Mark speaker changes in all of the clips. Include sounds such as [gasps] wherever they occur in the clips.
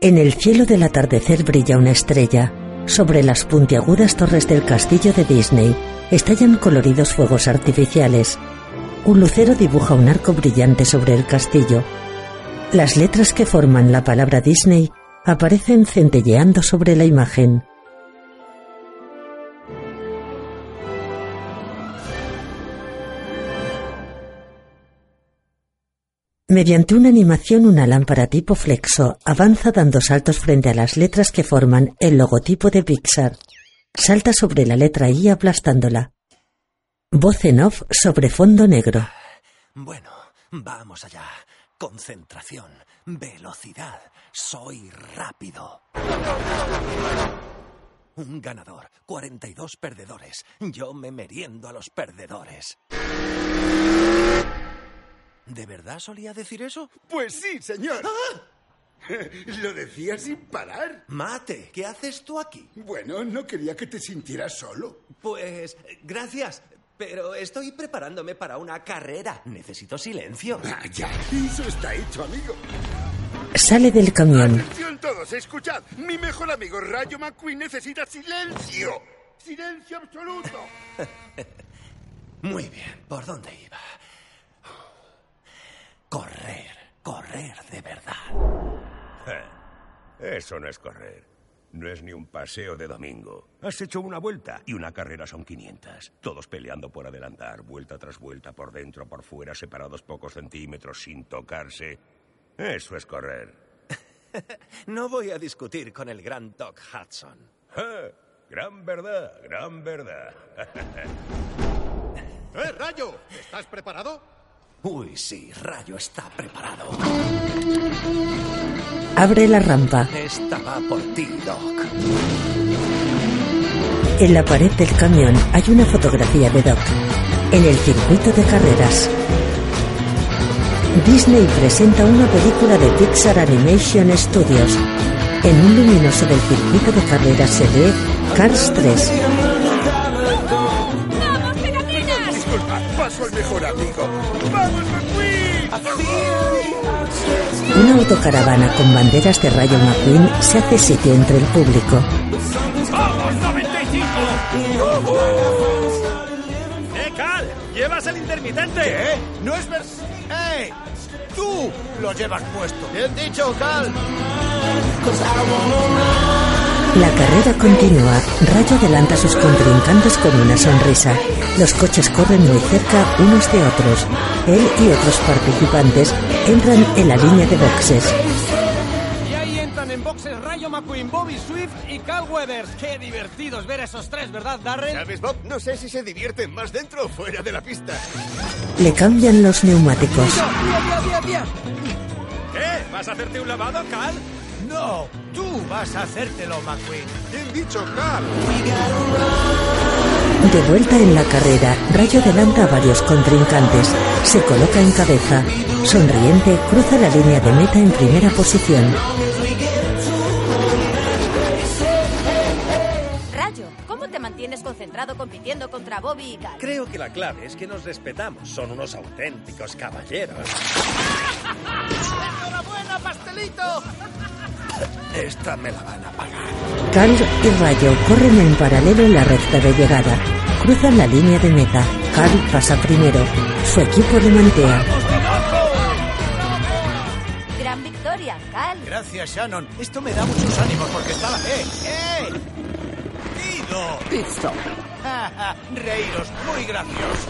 Speaker 1: En el cielo del atardecer brilla una estrella. Sobre las puntiagudas torres del castillo de Disney estallan coloridos fuegos artificiales. Un lucero dibuja un arco brillante sobre el castillo. Las letras que forman la palabra Disney aparecen centelleando sobre la imagen. Mediante una animación, una lámpara tipo flexo avanza dando saltos frente a las letras que forman el logotipo de Pixar. Salta sobre la letra I aplastándola. Voz en off sobre fondo negro.
Speaker 2: Bueno, vamos allá. Concentración, velocidad. Soy rápido. Un ganador, 42 perdedores. Yo me meriendo a los perdedores. ¿De verdad solía decir eso?
Speaker 3: Pues sí, señor. Lo decía sin parar.
Speaker 2: Mate, ¿qué haces tú aquí?
Speaker 3: Bueno, no quería que te sintieras solo.
Speaker 2: Pues gracias, pero estoy preparándome para una carrera. Necesito silencio.
Speaker 3: Vaya, eso está hecho, amigo.
Speaker 1: Sale del camión.
Speaker 3: Atención todos, escuchad. Mi mejor amigo Rayo McQueen necesita silencio. Silencio absoluto.
Speaker 2: Muy bien, ¿por dónde iba? Correr, correr de verdad.
Speaker 4: Eso no es correr. No es ni un paseo de domingo. Has hecho una vuelta y una carrera son 500. Todos peleando por adelantar, vuelta tras vuelta, por dentro, por fuera, separados pocos centímetros, sin tocarse. Eso es correr.
Speaker 2: [laughs] No voy a discutir con el gran Doc Hudson.
Speaker 4: ¡Ja! Gran verdad, gran verdad. [laughs]
Speaker 5: ¡Eh, Rayo! ¿Estás preparado?
Speaker 2: Uy, sí, Rayo está preparado.
Speaker 1: Abre la rampa.
Speaker 2: Esta va por ti, Doc.
Speaker 1: En la pared del camión hay una fotografía de Doc. En el circuito de carreras. Disney presenta una película de Pixar Animation Studios. En un luminoso del circuito de carreras se ve Cars 3.
Speaker 6: ¡Vamos, pegatinas!
Speaker 3: Disculpa, paso al mejor amigo. ¡Vamos, McQueen!
Speaker 1: Una autocaravana con banderas de Rayo McQueen se hace sitio entre el público.
Speaker 7: ¡Eh, Cal! ¡Llevas el intermitente!
Speaker 5: ¿Eh? ¡No es vers... ¡Eh! ¡Tú lo llevas puesto! ¡Bien dicho, Cal!
Speaker 1: La carrera continúa. Rayo adelanta a sus contrincantes con una sonrisa. Los coches corren muy cerca unos de otros. Él y otros participantes entran en la línea de boxes.
Speaker 8: Y ahí entran en boxes Rayo McQueen, Bobby Swift y Cal Weathers. Qué divertidos ver a esos tres, ¿verdad, Darren?
Speaker 5: ¿Sabes, Bob? No sé si se divierten más dentro o fuera de la pista.
Speaker 1: Le cambian los neumáticos.
Speaker 7: ¿Qué? ¿Vas a hacerte un lavado, Cal?
Speaker 5: No, tú vas a hacértelo, McQueen.
Speaker 3: Bien dicho, Carl.
Speaker 1: De vuelta en la carrera, Rayo adelanta a varios contrincantes. Se coloca en cabeza. Sonriente, cruza la línea de meta en primera posición.
Speaker 9: Rayo, ¿cómo te mantienes concentrado compitiendo contra Bobby y Cal?
Speaker 7: Creo que la clave es que nos respetamos. Son unos auténticos caballeros.
Speaker 5: ¡Enhorabuena, pastelito!
Speaker 2: Esta me la van a pagar.
Speaker 1: Cal y Rayo corren en paralelo en la recta de llegada. Cruzan la línea de meta. Cal pasa primero. Su equipo le mantea.
Speaker 9: Gran victoria, Cal.
Speaker 5: Gracias, Shannon. Esto me da muchos ánimos porque estaba... ¡Eh! ¡Eh! ¡Pido! [laughs] Reíros, muy gracioso.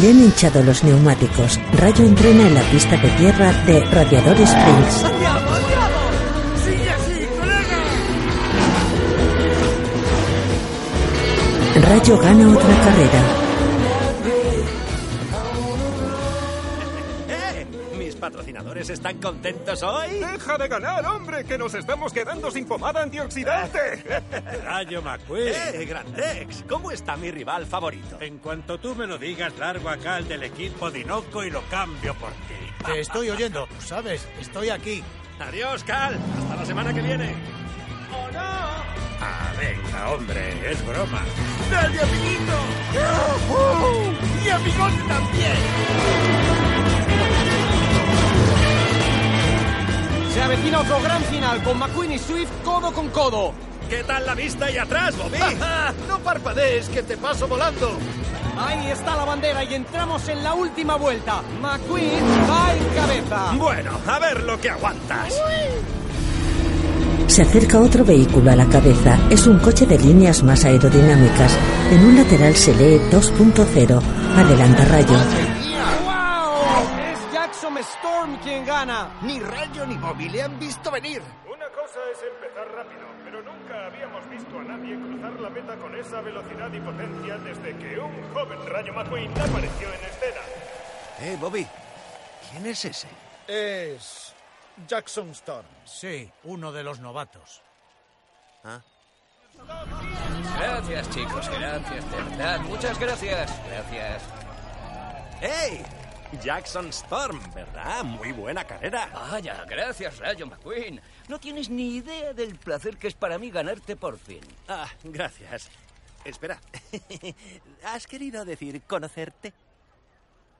Speaker 1: Le han hinchado los neumáticos. Rayo entrena en la pista de tierra de Radiador Springs. Rayo gana otra carrera.
Speaker 7: ¡Eh! Mis patrocinadores están contentos hoy.
Speaker 3: ¡Deja de ganar, hombre! ¡Que nos estamos quedando sin pomada
Speaker 7: Ah.
Speaker 3: antioxidante!
Speaker 7: Rayo McQueen. ¡Eh, Grandex! ¿Cómo está mi rival favorito?
Speaker 8: En cuanto tú me lo digas, largo a Cal del equipo Dinoco y lo cambio por ti.
Speaker 5: Te estoy oyendo, ¿sabes? Estoy aquí.
Speaker 7: Adiós, Cal. Hasta la semana que viene. ¡Oh, no! Ah, venga, hombre, es broma.
Speaker 3: ¡Dale, amiguito! ¡Yujú! ¡Y amigote también!
Speaker 8: Se ha avecina otro gran final con McQueen y Swift codo con codo.
Speaker 10: ¿Qué tal la vista y atrás,
Speaker 5: [laughs]
Speaker 10: Bobby?
Speaker 11: ¡No parpadees, que te paso volando!
Speaker 8: Ahí está la bandera y entramos en la última vuelta. McQueen va en
Speaker 5: Ah.
Speaker 8: cabeza.
Speaker 10: Bueno, a ver lo que aguantas.
Speaker 1: Se acerca otro vehículo a la cabeza. Es un coche de líneas más aerodinámicas. En un lateral se lee 2.0. Adelanta rayo.
Speaker 8: ¡Wow! Es Jackson Storm quien gana.
Speaker 5: Ni Rayo ni Bobby le han visto venir.
Speaker 12: Una cosa es empezar rápido, pero nunca habíamos visto a nadie cruzar la meta con esa velocidad y potencia desde que un joven Rayo McQueen apareció en escena.
Speaker 2: Eh, Bobby, ¿quién es ese?
Speaker 13: Es Jackson Storm.
Speaker 11: Sí, uno de los novatos.
Speaker 2: Ah,
Speaker 14: Gracias, chicos, gracias, de verdad. Muchas gracias. Gracias.
Speaker 2: ¡Hey! Jackson Storm, ¿verdad? Muy buena carrera.
Speaker 14: Vaya, gracias, Rayo McQueen. No tienes ni idea del placer que es para mí ganarte por fin.
Speaker 2: Ah, gracias.
Speaker 14: [laughs]
Speaker 2: Espera. ¿Has querido decir conocerte?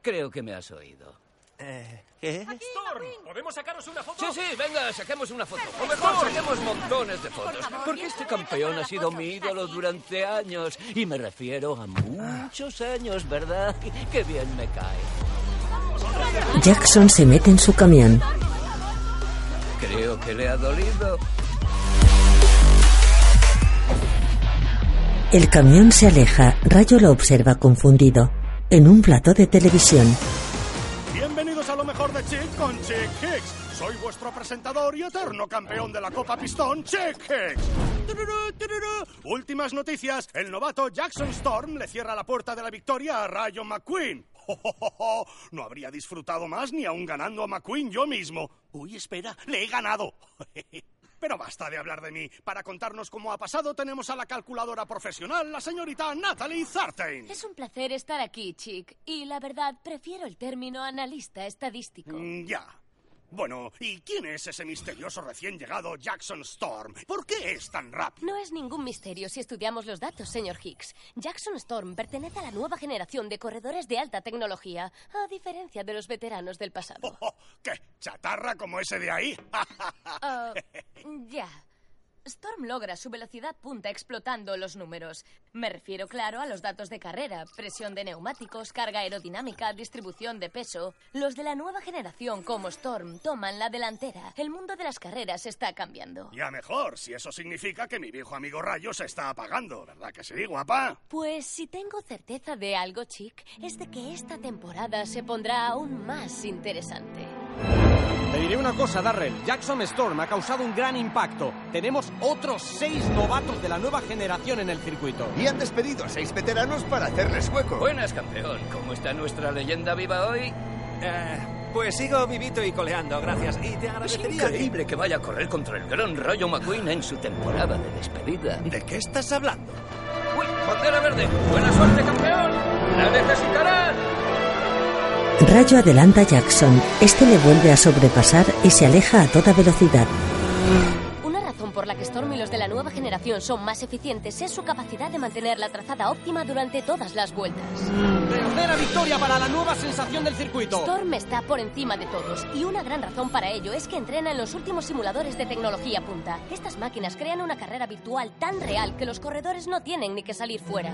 Speaker 14: Creo que me has oído.
Speaker 2: Eh, ¿Qué?
Speaker 10: Storm, ¿podemos sacaros una foto?
Speaker 14: Sí, sí, venga, saquemos una foto. O mejor, saquemos montones de fotos. Porque este campeón ha sido mi ídolo durante años. Y me refiero a muchos años, ¿verdad? Qué bien me cae.
Speaker 1: Jackson se mete en su camión.
Speaker 14: Creo que le ha dolido.
Speaker 1: El camión se aleja. Rayo lo observa confundido. En un plato de televisión.
Speaker 15: Bienvenidos a lo mejor de Chick con Chick Hicks. Soy vuestro presentador y eterno campeón de la Copa Pistón, Chick Hicks. Tururú, tururú. Últimas noticias. El novato Jackson Storm le cierra la puerta de la victoria a Rayo McQueen. [laughs] Jo, jo, jo, jo. No habría disfrutado más ni aún ganando a McQueen yo mismo. Uy, espera, le he ganado. [laughs] Pero basta de hablar de mí. Para contarnos cómo ha pasado tenemos a la calculadora profesional, la señorita Natalie Zartain.
Speaker 16: Es un placer estar aquí, Chick. Y la verdad, prefiero el término analista estadístico.
Speaker 15: Mm, Ya. Bueno, ¿y quién es ese misterioso recién llegado Jackson Storm? ¿Por qué es tan rápido?
Speaker 16: No es ningún misterio si estudiamos los datos, señor Hicks. Jackson Storm pertenece a la nueva generación de corredores de alta tecnología, a diferencia de los veteranos del pasado.
Speaker 15: [laughs] Oh, ¿Qué? ¿Chatarra como ese de ahí?
Speaker 16: Ah, ya. Storm logra su velocidad punta explotando los números. Me refiero, claro, a los datos de carrera, presión de neumáticos, carga aerodinámica, distribución de peso. Los de la nueva generación como Storm toman la delantera. El mundo de las carreras está cambiando.
Speaker 15: Ya mejor, si eso significa que mi viejo amigo Rayo se está apagando, ¿verdad que sí, guapa?
Speaker 16: Pues si tengo certeza de algo, Chick, es de que esta temporada se pondrá aún más interesante.
Speaker 8: Te diré una cosa, Darrell. Jackson Storm ha causado un gran impacto. Tenemos otros seis novatos de la nueva generación en el circuito.
Speaker 5: Y han despedido a seis veteranos para hacerles hueco.
Speaker 14: Buenas, campeón. ¿Cómo está nuestra leyenda viva hoy?
Speaker 2: Eh, pues sigo vivito y coleando, gracias. Y te
Speaker 14: Es
Speaker 2: agradecería... que-
Speaker 14: increíble que vaya a correr contra el gran Rayo McQueen en su temporada de despedida.
Speaker 2: ¿De qué estás hablando?
Speaker 14: ¡Uy! ¡Bandera verde! ¡Buena suerte, campeón! ¡La necesitarás!
Speaker 1: Rayo adelanta a Jackson. Este le vuelve a sobrepasar y se aleja a toda velocidad.
Speaker 16: Una razón por la que Storm y los de la nueva generación son más eficientes es su capacidad de mantener la trazada óptima durante todas las vueltas.
Speaker 8: Tercera victoria para la nueva sensación del circuito.
Speaker 16: Storm está por encima de todos y una gran razón para ello es que entrena en los últimos simuladores de tecnología punta. Estas máquinas crean una carrera virtual tan real que los corredores no tienen ni que salir fuera.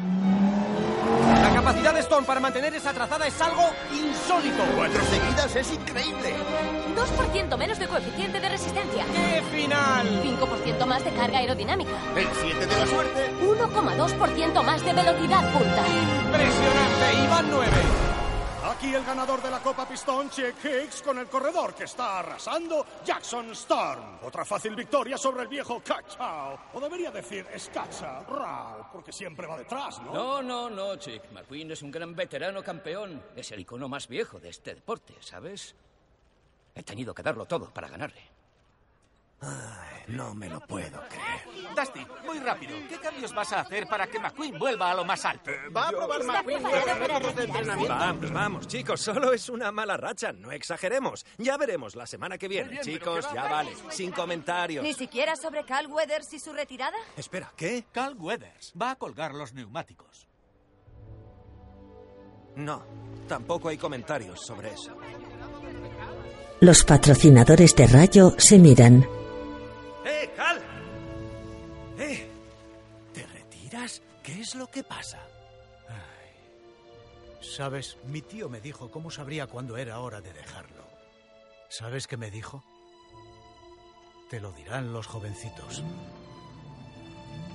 Speaker 8: La capacidad de Storm para mantener esa trazada es algo insólito.
Speaker 5: Cuatro seguidas es increíble.
Speaker 16: 2% menos de coeficiente de resistencia.
Speaker 8: ¡Qué final!
Speaker 16: 5% más de carga aerodinámica.
Speaker 5: El siete de la suerte.
Speaker 16: 1,2% más de velocidad punta.
Speaker 8: Impresionante. Iván 9.
Speaker 15: Aquí el ganador de la Copa Pistón, Chick Hicks, con el corredor que está arrasando, Jackson Storm. Otra fácil victoria sobre el viejo Cachao. O debería decir Escacha, Rao, porque siempre va detrás, ¿no?
Speaker 14: No, no, no, Chick. McQueen es un gran veterano campeón. Es el icono más viejo de este deporte, ¿sabes? He tenido que darlo todo para ganarle.
Speaker 2: No me lo puedo creer.
Speaker 11: Dusty, muy rápido. ¿Qué cambios vas a hacer para que McQueen vuelva a lo más alto?
Speaker 5: Eh, Va a probar McQueen.
Speaker 2: Vamos, vamos, chicos, solo es una mala racha, no exageremos. Ya veremos la semana que viene, chicos, ya vale, sin comentarios.
Speaker 17: Ni siquiera sobre Cal Weathers y su retirada.
Speaker 2: Espera, ¿qué?
Speaker 11: Cal Weathers va a colgar los neumáticos.
Speaker 2: No, tampoco hay comentarios sobre eso.
Speaker 1: Los patrocinadores de Rayo se miran.
Speaker 2: ¡Eh, Cal! ¡Eh! ¿Te retiras? ¿Qué es lo que pasa?
Speaker 13: Sabes, mi tío me dijo cómo sabría cuándo era hora de dejarlo. ¿Sabes qué me dijo? Te lo dirán los jovencitos.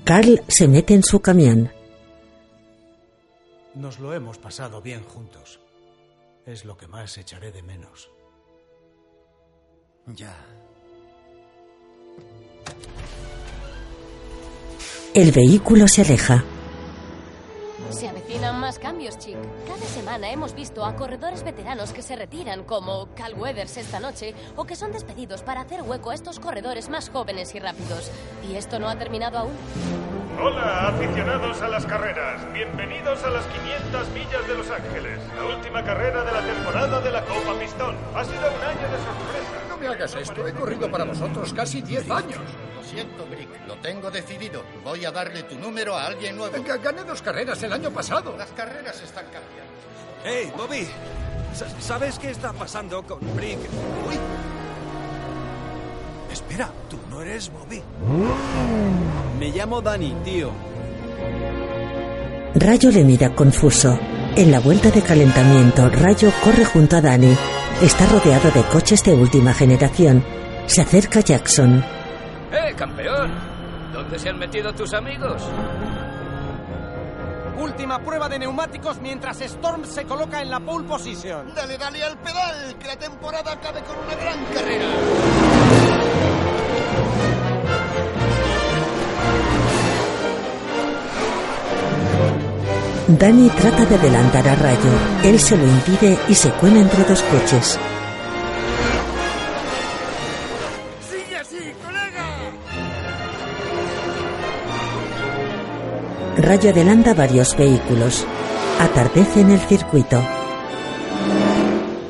Speaker 1: Carl se mete en su camión.
Speaker 13: Nos lo hemos pasado bien juntos. Es lo que más echaré de menos.
Speaker 2: Ya.
Speaker 1: El vehículo se aleja.
Speaker 16: Se avecinan más cambios, Chick. Cada semana hemos visto a corredores veteranos que se retiran, como Cal Weathers esta noche, o que son despedidos para hacer hueco a estos corredores más jóvenes y rápidos. Y esto no ha terminado aún.
Speaker 12: Hola, aficionados a las carreras. Bienvenidos a las 500 millas de Los Ángeles. La última carrera de la temporada de la Copa Pistón. Ha sido un año de sorpresa.
Speaker 18: No me hagas esto, he corrido para vosotros casi 10 años.
Speaker 5: Lo siento, Brick, lo tengo decidido. Voy a darle tu número a alguien nuevo.
Speaker 18: Ga- Gané dos carreras el año pasado.
Speaker 5: Las carreras están cambiando.
Speaker 2: ¡Hey, Bobby! sa- ¿Sabes qué está pasando con Brick? ¡Uy! Espera, tú no eres Bobby.
Speaker 14: Me llamo Dani, tío.
Speaker 1: Rayo le mira confuso. En la vuelta de calentamiento, Rayo corre junto a Danny. Está rodeado de coches de última generación. Se acerca Jackson.
Speaker 8: ¡Eh, campeón! ¿Dónde se han metido tus amigos?
Speaker 14: Última prueba de neumáticos mientras Storm se coloca en la pole position.
Speaker 5: Dale, dale al pedal, que la temporada acabe con una gran carrera.
Speaker 1: Danny trata de adelantar a Rayo. Él se lo impide y se cuela entre dos coches.
Speaker 19: ¡Sigue así, colega!
Speaker 1: Rayo adelanta varios vehículos. Atardece en el circuito.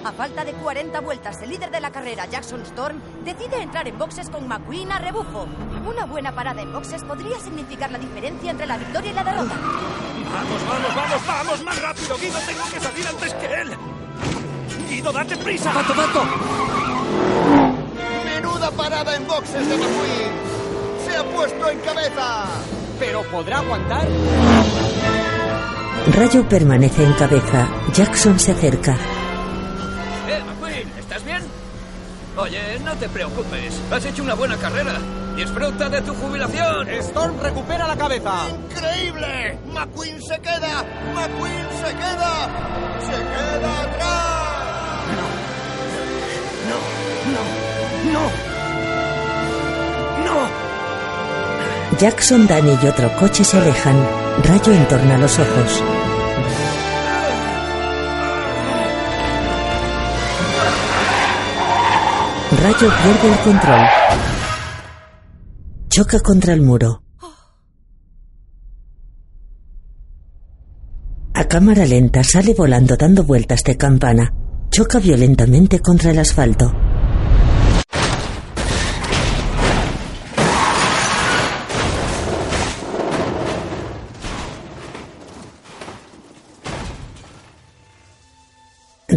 Speaker 9: A falta de 40 vueltas, el líder de la carrera, Jackson Storm, decide entrar en boxes con McQueen a rebujo. Una buena parada en boxes podría significar la diferencia entre la victoria y la derrota.
Speaker 2: ¡Vamos, vamos, vamos, vamos! ¡Más rápido, Guido! ¡Tengo que salir antes que él! ¡Guido, date prisa! ¡Pato, pato!
Speaker 5: Menuda parada en boxes de McQueen. Se ha puesto en cabeza.
Speaker 14: ¿Pero podrá aguantar?
Speaker 1: Rayo permanece en cabeza. Jackson se acerca.
Speaker 8: ¡Eh, McQueen! ¿Estás bien? Oye, no te preocupes. Has hecho una buena carrera. ¡Disfruta de tu jubilación!
Speaker 14: Storm recupera la cabeza.
Speaker 5: ¡Increíble! ¡McQueen se queda! ¡McQueen se queda! ¡Se queda atrás!
Speaker 19: ¡No! ¡No! ¡No!
Speaker 1: Jackson, Danny y otro coche se alejan. Rayo entorna los ojos. Rayo pierde el control. Choca contra el muro. A cámara lenta sale volando dando vueltas de campana. Choca violentamente contra el asfalto.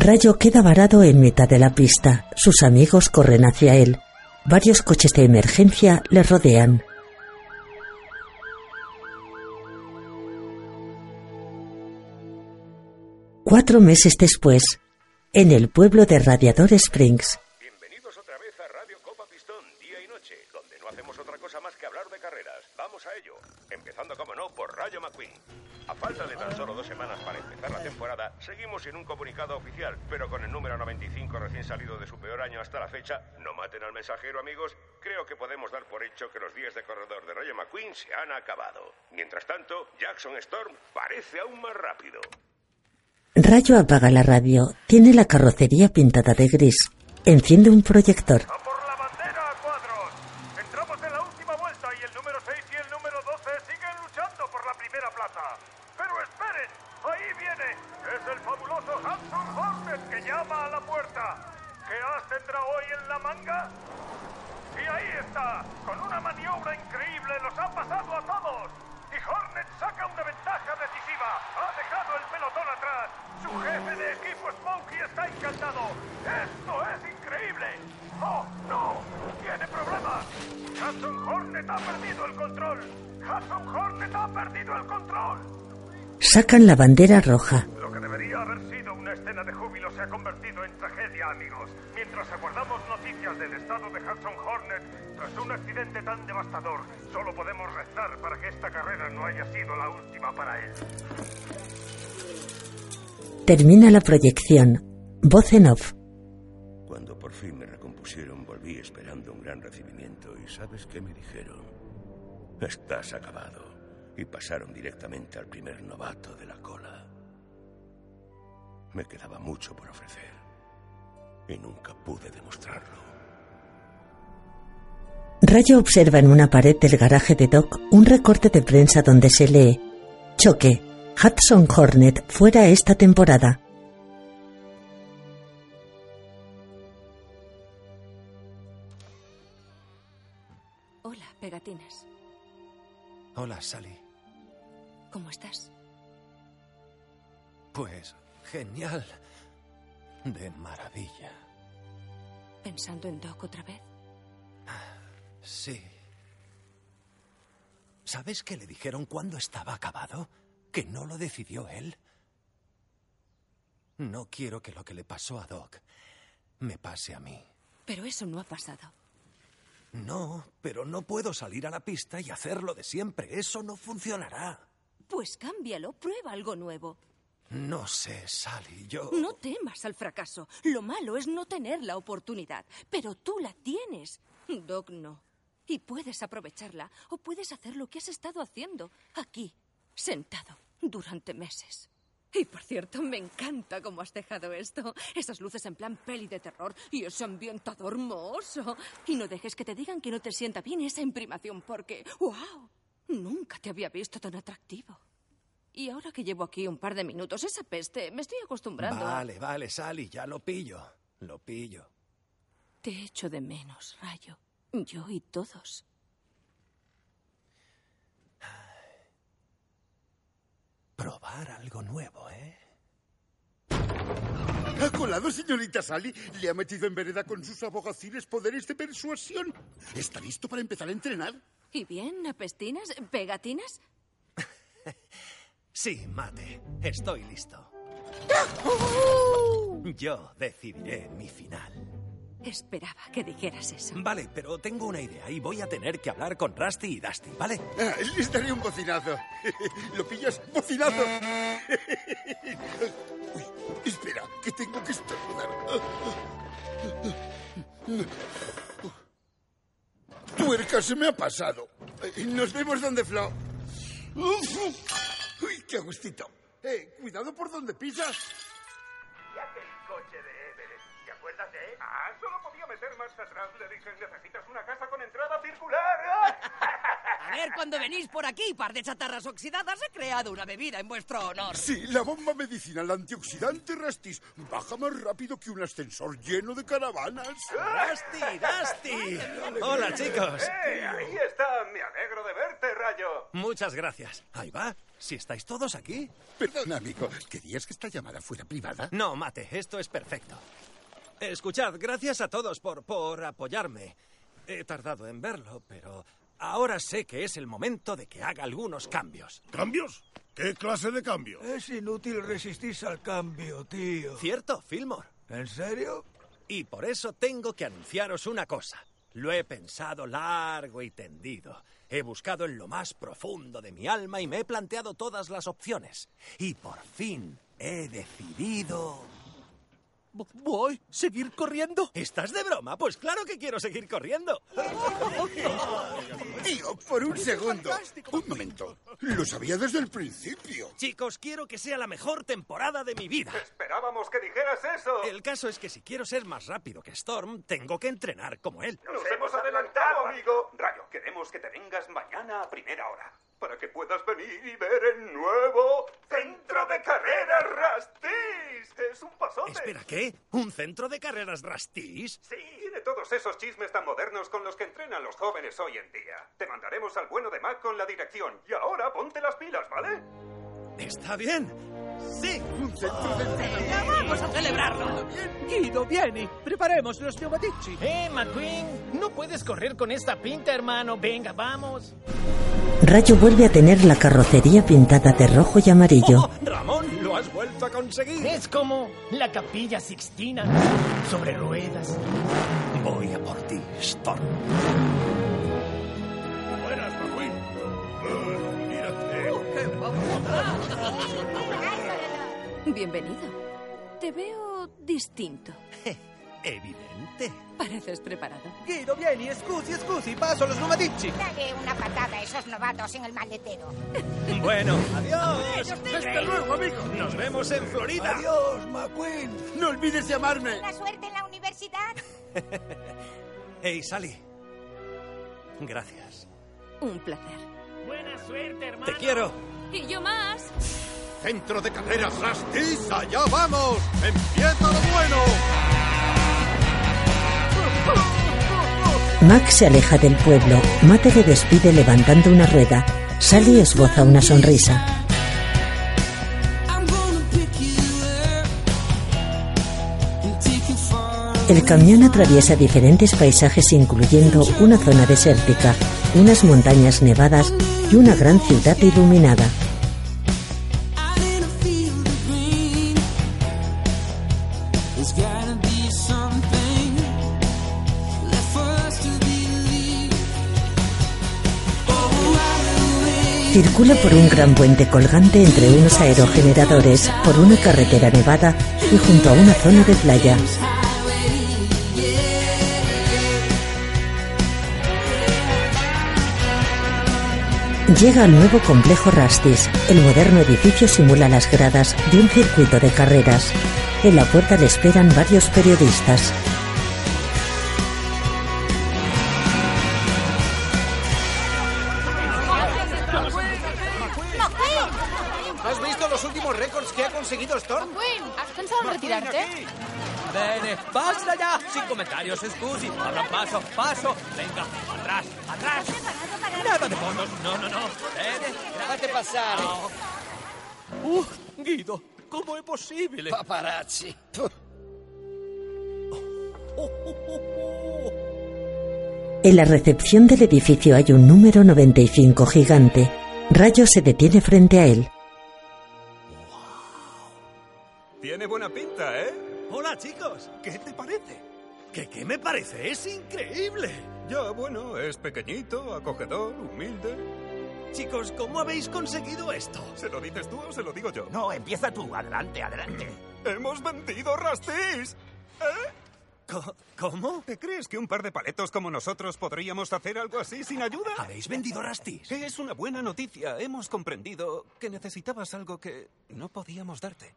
Speaker 1: Rayo queda varado en mitad de la pista. Sus amigos corren hacia él. Varios coches de emergencia le rodean. Cuatro meses después, en el pueblo de Radiador Springs,
Speaker 15: Bienvenidos otra vez a Radio Copa Pistón, día y noche, donde no hacemos otra cosa más que hablar de carreras. Vamos a ello, empezando como no por Rayo McQueen. A falta de tan solo dos semanas para empezar la temporada, seguimos sin un comunicado oficial, pero con el número 95 recién salido de su peor año hasta la fecha, no maten al mensajero amigos, creo que podemos dar por hecho que los días de corredor de Rayo McQueen se han acabado. Mientras tanto, Jackson Storm parece aún más rápido.
Speaker 1: Rayo apaga la radio. Tiene la carrocería pintada de gris. Enciende un proyector.
Speaker 12: que llama a la puerta. ¿Qué has tendrá hoy en la manga? Y ahí está, con una maniobra increíble los ha pasado a todos. Y Hornet saca una ventaja decisiva. Ha dejado el pelotón atrás. Su jefe de equipo Smokey está encantado. Esto es increíble. ¡Oh,
Speaker 1: Sacan la bandera roja.
Speaker 12: Lo que debería haber sido una escena de júbilo se ha convertido en tragedia, amigos. Mientras aguardamos noticias del estado de Hudson Hornet tras un accidente tan devastador, solo podemos rezar para que este- esta carrera no haya sido la última para él.
Speaker 1: Termina la proyección. Voz en off.
Speaker 20: Cuando por fin me recompusieron, volví esperando un gran recibimiento y ¿sabes qué me dijeron? Estás acabado. Y pasaron directamente al primer novato de la cola. Me quedaba mucho por ofrecer y nunca pude demostrarlo.
Speaker 1: Rayo observa en una pared del garaje de Doc un recorte de prensa donde se lee Choque. Hudson Hornet fuera esta temporada.
Speaker 17: Hola, pegatines.
Speaker 2: Hola, Sally.
Speaker 17: ¿Cómo estás?
Speaker 2: Pues genial. De maravilla.
Speaker 17: ¿Pensando en Doc otra vez?
Speaker 2: Sí. ¿Sabes qué le dijeron cuando estaba acabado? Que no lo decidió él. No quiero que lo que le pasó a Doc me pase a mí.
Speaker 17: Pero eso no ha pasado.
Speaker 2: No, pero no puedo salir a la pista y hacerlo de siempre. Eso no funcionará.
Speaker 17: Pues cámbialo, prueba algo nuevo.
Speaker 2: No sé, Sally, yo...
Speaker 17: No temas al fracaso. Lo malo es no tener la oportunidad, pero tú la tienes. Doc no. Y puedes aprovecharla o puedes hacer lo que has estado haciendo aquí, sentado, durante meses. Y por cierto, me encanta cómo has dejado esto. Esas luces en plan peli de terror y ese ambientador mohoso. Y no dejes que te digan que no te sienta bien esa imprimación porque, wow, nunca te había visto tan atractivo. Y ahora que llevo aquí un par de minutos, esa peste, me estoy acostumbrando. a-
Speaker 2: Vale, vale, Sally, ya lo pillo. Lo pillo.
Speaker 17: Te echo de menos, Rayo. Yo y todos.
Speaker 2: Probar algo nuevo, ¿eh?
Speaker 3: ¿Ha colado, señorita Sally? ¿Le ha metido en vereda con sus abogaciles poderes de persuasión? ¿Está listo para empezar a entrenar?
Speaker 17: ¿Y bien? ¿Apestinas? ¿Pegatinas?
Speaker 2: Sí, mate. Estoy listo. Yo decidiré mi final.
Speaker 17: Esperaba que dijeras eso.
Speaker 2: Vale, pero tengo una idea y voy a tener que hablar con Rusty y Dusty, ¿vale?
Speaker 3: Ah, les daré un bocinazo. [laughs] ¿Lo pillas? ¡Bocinazo! [laughs] Uy, espera, que tengo que estornudar. Tuerca, se me ha pasado. Nos vemos donde Flo. Uf, Uy, qué gustito. Eh, cuidado por donde pisas.
Speaker 12: Ya que el coche de Everett. ¿Te acuerdas de él? Ah, solo podía meter marcha atrás. Le dije, necesitas una casa con entrada circular.
Speaker 16: [laughs] A ver, cuando venís por aquí, par de chatarras oxidadas, he creado una bebida en vuestro honor.
Speaker 3: Sí, la bomba medicinal antioxidante Rastis baja más rápido que un ascensor lleno de caravanas.
Speaker 2: ¡Rasty, Rasty! Hola, chicos.
Speaker 12: ¡Eh! Ahí está. Me alegro de verte, Rayo.
Speaker 2: Muchas gracias. Ahí va. Si estáis todos aquí.
Speaker 3: Perdón, amigo. ¿Querías que esta llamada fuera privada?
Speaker 2: No, mate. Esto es perfecto. Escuchad, gracias a todos por, por apoyarme. He tardado en verlo, pero ahora sé que es el momento de que haga algunos cambios.
Speaker 15: ¿Cambios? ¿Qué clase de cambios?
Speaker 13: Es inútil resistirse al cambio, tío.
Speaker 2: Cierto, Fillmore.
Speaker 13: ¿En serio?
Speaker 2: Y por eso tengo que anunciaros una cosa. Lo he pensado largo y tendido. He buscado en lo más profundo de mi alma y me he planteado todas las opciones. Y por fin he decidido... ¿Voy a seguir corriendo? ¿Estás de broma? Pues claro que quiero seguir
Speaker 3: [laughs]
Speaker 2: corriendo.
Speaker 3: Tío, por un segundo. Un momento. Lo sabía desde el principio.
Speaker 2: Chicos, quiero que sea la mejor temporada de mi vida.
Speaker 12: Esperábamos que dijeras eso.
Speaker 2: El caso es que si quiero ser más rápido que Storm, tengo que entrenar como él.
Speaker 12: Nos hemos adelantado, amigo. Rayo, queremos que te vengas mañana a primera hora. Para que puedas venir y ver el nuevo centro de carreras Rastis. Es un pasote.
Speaker 2: Espera, ¿qué? ¿Un centro de carreras rastís?
Speaker 12: Sí, tiene todos esos chismes tan modernos con los que entrenan los jóvenes hoy en día. Te mandaremos al bueno de Mac con la dirección. Y ahora ponte las pilas, ¿vale?
Speaker 2: ¿Está bien? ¡Sí!
Speaker 16: ¡Venga, vamos a celebrarlo!
Speaker 21: Guido, vieni, preparemos los neumatici. Eh, McQueen, no puedes correr con esta pinta, hermano. Venga, vamos.
Speaker 1: Rayo vuelve a tener la carrocería pintada de rojo y amarillo.
Speaker 2: Oh, Ramón, lo has vuelto a conseguir.
Speaker 5: Es como la capilla Sixtina sobre ruedas.
Speaker 2: Voy a por ti, Storm.
Speaker 22: Buenas, McQueen. Eh, mírate.
Speaker 9: Uh, Ah,
Speaker 17: Bienvenido. Te veo distinto.
Speaker 2: Evidente.
Speaker 17: Pareces preparado.
Speaker 14: Guido, vieni, scusi, scusi, paso los nomadici.
Speaker 9: Dale una patada a esos novatos en el maletero.
Speaker 2: Bueno, adiós.
Speaker 23: Hasta luego, amigo.
Speaker 2: Nos vemos en Florida.
Speaker 23: Adiós, McQueen. No olvides llamarme.
Speaker 9: Buena suerte en la universidad.
Speaker 2: Hey, Sally. Gracias.
Speaker 17: Un placer.
Speaker 5: Buena suerte, hermano.
Speaker 2: Te quiero.
Speaker 17: Y yo más.
Speaker 23: Centro de carreras Rastis, allá vamos. Empieza lo bueno.
Speaker 1: Max se aleja del pueblo. Mate le despide levantando una rueda. Sally esboza una sonrisa. El camión atraviesa diferentes paisajes incluyendo una zona desértica, unas montañas nevadas y una gran ciudad iluminada. Circula por un gran puente colgante entre unos aerogeneradores, por una carretera nevada y junto a una zona de playa. Llega al nuevo complejo Rastis. El moderno edificio simula las gradas de un circuito de carreras. En la puerta le esperan varios periodistas.
Speaker 14: ¿Has visto los últimos récords que ha conseguido Storm?
Speaker 8: ¿Has pensado en retirarte?
Speaker 5: [laughs]
Speaker 8: eh,
Speaker 14: Bene, basta ya. Sin comentarios, scusi. Ahora paso, paso. Venga, atrás, atrás. Nada de fondos. No, no, no. Bene,
Speaker 5: Fate passare.
Speaker 14: Uh, Guido, ¿cómo es posible?
Speaker 5: Paparazzi.
Speaker 1: En la recepción del edificio hay un número 95 gigante. Rayo se detiene frente a él.
Speaker 2: Tiene buena pinta, ¿eh? Hola, chicos. ¿Qué te parece? ¿Qué, qué me parece? Es increíble.
Speaker 7: Ya, bueno, es pequeñito, acogedor, humilde.
Speaker 2: Chicos, ¿cómo habéis conseguido esto?
Speaker 7: ¿Se lo dices tú o se lo digo yo?
Speaker 5: No, empieza tú. Adelante, adelante.
Speaker 7: [clears throat] ¡Hemos vendido Rastis!
Speaker 2: ¿Cómo?
Speaker 7: ¿Te crees que un par de paletos como nosotros podríamos hacer algo así sin ayuda?
Speaker 2: ¿Habéis vendido Rastis?
Speaker 7: Es una buena noticia. Hemos comprendido que necesitabas algo que no podíamos darte.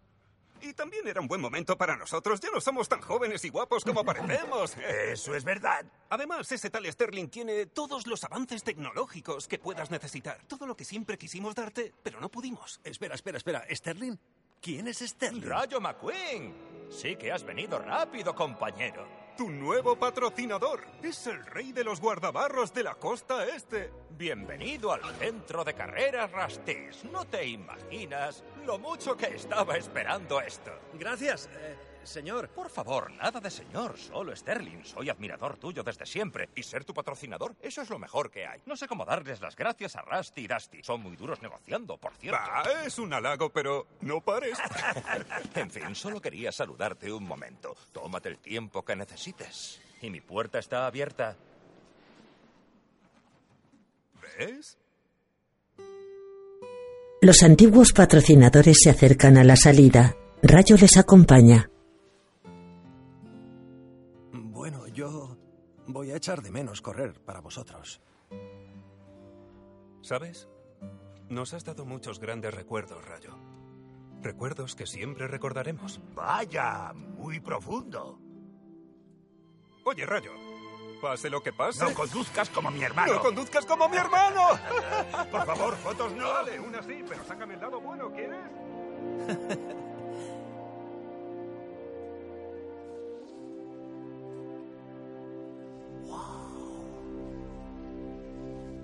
Speaker 7: Y también era un buen momento para nosotros. Ya no somos tan jóvenes y guapos
Speaker 2: [laughs]
Speaker 7: como parecemos.
Speaker 5: Eso es verdad.
Speaker 7: Además, ese tal Sterling tiene todos los avances tecnológicos que puedas necesitar. Todo lo que siempre quisimos darte, pero no pudimos.
Speaker 2: Espera, espera, espera. ¿Sterling? ¿Quién es Sterling?
Speaker 14: Rayo McQueen. Sí que has venido rápido, compañero.
Speaker 7: Tu nuevo patrocinador es el rey de los guardabarros de la costa este.
Speaker 14: Bienvenido al centro de carreras Rastis. No te imaginas lo mucho que estaba esperando esto.
Speaker 2: Gracias, eh, señor.
Speaker 14: Por favor, nada de señor, solo Sterling. Soy admirador tuyo desde siempre. Y ser tu patrocinador, eso es lo mejor que hay. No sé cómo darles las gracias a Rusty y Dusty. Son muy duros negociando, por cierto.
Speaker 7: Bah, es un halago, pero no pares.
Speaker 14: [laughs] En fin, solo quería saludarte un momento. Tómate el tiempo que necesites. Y mi puerta está abierta.
Speaker 7: ¿Ves?
Speaker 1: Los antiguos patrocinadores se acercan a la salida. Rayo les acompaña.
Speaker 2: Bueno, yo voy a echar de menos correr para vosotros.
Speaker 7: ¿Sabes? Nos has dado muchos grandes recuerdos, Rayo. Recuerdos que siempre recordaremos.
Speaker 5: Vaya, muy profundo.
Speaker 7: Oye, Rayo, pase lo que pase.
Speaker 5: No conduzcas como mi hermano.
Speaker 7: ¡No conduzcas como mi hermano!
Speaker 2: [laughs]
Speaker 5: Por favor, fotos no.
Speaker 7: Vale, una sí, pero sácame el lado bueno, ¿quieres?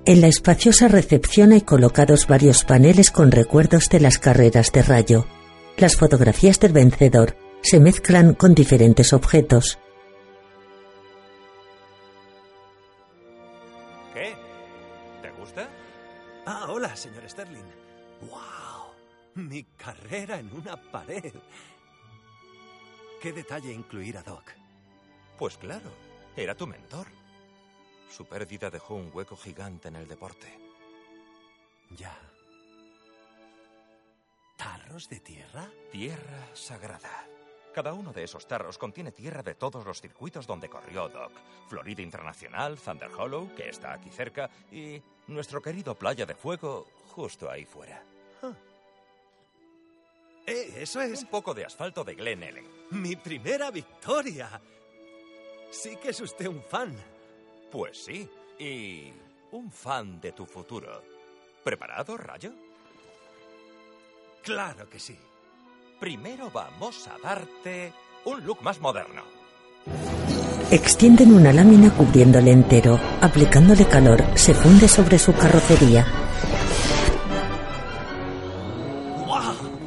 Speaker 1: En la espaciosa recepción hay colocados varios paneles con recuerdos de las carreras de rayo. Las fotografías del vencedor se mezclan con diferentes objetos.
Speaker 14: ¿Qué? ¿Te gusta?
Speaker 2: Ah,
Speaker 24: Mi carrera en una pared. ¿Qué detalle incluir a Doc?
Speaker 2: Pues claro, era tu mentor. Su pérdida dejó un hueco gigante en el deporte.
Speaker 24: Ya. ¿Tarros de tierra?
Speaker 2: Tierra sagrada. Cada uno de esos tarros contiene tierra de todos los circuitos donde corrió Doc. Florida Internacional, Thunder Hollow, que está aquí cerca, y nuestro querido Playa de Fuego, justo ahí fuera.
Speaker 24: ¡Eh, eso es!
Speaker 2: Un poco de asfalto de Glen Ellen.
Speaker 24: ¡Mi primera victoria! Sí que es usted un fan.
Speaker 2: Pues sí, y un fan de tu futuro. ¿Preparado, Rayo?
Speaker 24: Claro que sí.
Speaker 2: Primero vamos a darte un look más moderno.
Speaker 1: Extienden una lámina cubriéndole entero. Aplicándole calor, se funde sobre su carrocería.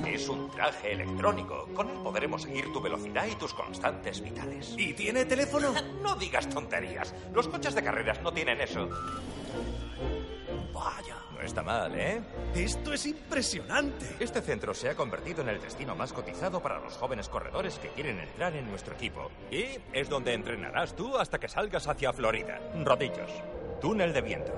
Speaker 2: Es un traje electrónico. Con él podremos seguir tu velocidad y tus constantes vitales.
Speaker 24: ¿Y tiene teléfono?
Speaker 2: [laughs] no digas tonterías. Los coches de carreras no tienen eso.
Speaker 24: Vaya.
Speaker 2: No está mal, ¿eh?
Speaker 24: Esto es impresionante.
Speaker 2: Este centro se ha convertido en el destino más cotizado para los jóvenes corredores que quieren entrar en nuestro equipo. Y es donde entrenarás tú hasta que salgas hacia Florida. Rodillos. Túnel de viento.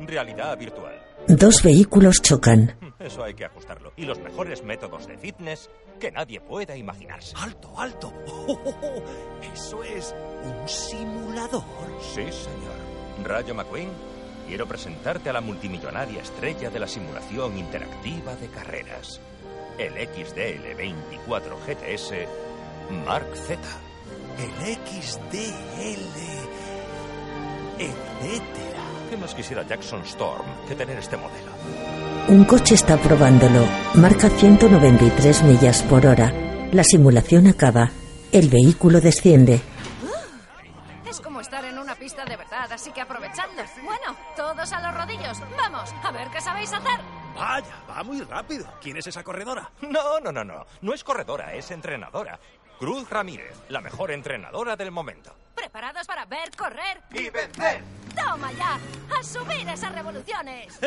Speaker 2: Realidad virtual.
Speaker 1: Dos vehículos chocan.
Speaker 2: Eso hay que ajustarlo. Y los mejores métodos de fitness que nadie pueda imaginarse.
Speaker 24: ¡Alto, alto! Oh, oh, oh. Eso es un simulador.
Speaker 2: Sí, señor. Rayo McQueen, quiero presentarte a la multimillonaria estrella de la simulación interactiva de carreras. El XDL24 GTS Mark Z.
Speaker 24: El XDL. etcétera.
Speaker 2: ¿Qué más quisiera Jackson Storm que tener este modelo?
Speaker 1: Un coche está probándolo. Marca 193 millas por hora. La simulación acaba. El vehículo desciende.
Speaker 9: Es como estar en una pista de verdad, así que aprovechando. Bueno, todos a los rodillos. Vamos, a ver qué sabéis hacer.
Speaker 24: Vaya, va muy rápido. ¿Quién es esa corredora?
Speaker 2: No, no, no, no. No es corredora, es entrenadora. Cruz Ramírez, la mejor entrenadora del momento.
Speaker 9: ¿Preparados para ver, correr
Speaker 2: y vencer?
Speaker 9: ¡Toma ya! ¡A subir esas
Speaker 5: [laughs]
Speaker 9: revoluciones!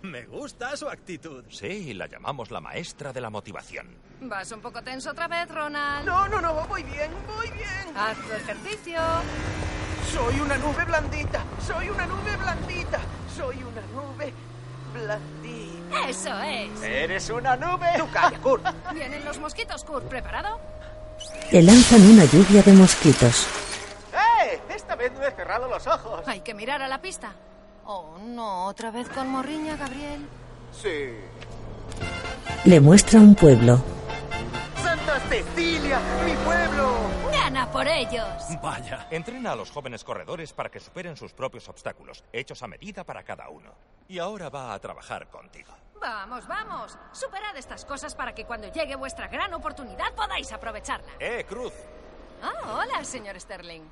Speaker 24: Me gusta su actitud.
Speaker 2: Sí, la llamamos la maestra de la motivación.
Speaker 9: ¿Vas un poco tenso otra vez, Ronald?
Speaker 5: No, no, no, voy bien, voy bien.
Speaker 9: Haz tu ejercicio.
Speaker 5: Soy una nube blandita, soy una nube blandita, soy una nube blandita.
Speaker 9: ¡Eso es!
Speaker 5: ¡Eres una nube! ¡Tú
Speaker 9: [laughs]
Speaker 5: calla, Kurt!
Speaker 9: Vienen los mosquitos, Kurt. ¿Preparado?
Speaker 1: Le lanzan una lluvia de mosquitos.
Speaker 5: ¡Eh! Esta vez no he cerrado los ojos.
Speaker 9: Hay que mirar a la pista. Oh, no, otra vez con morriña, Gabriel.
Speaker 5: Sí.
Speaker 1: Le muestra un pueblo.
Speaker 5: ¡Santa Cecilia! ¡Mi pueblo!
Speaker 9: ¡Gana por ellos!
Speaker 24: Vaya.
Speaker 2: Entrena a los jóvenes corredores para que superen sus propios obstáculos, hechos a medida para cada uno. Y ahora va a trabajar contigo.
Speaker 9: Vamos, vamos. Superad estas cosas para que cuando llegue vuestra gran oportunidad podáis aprovecharla.
Speaker 2: ¡Eh, Cruz!
Speaker 9: Ah, hola, señor Sterling.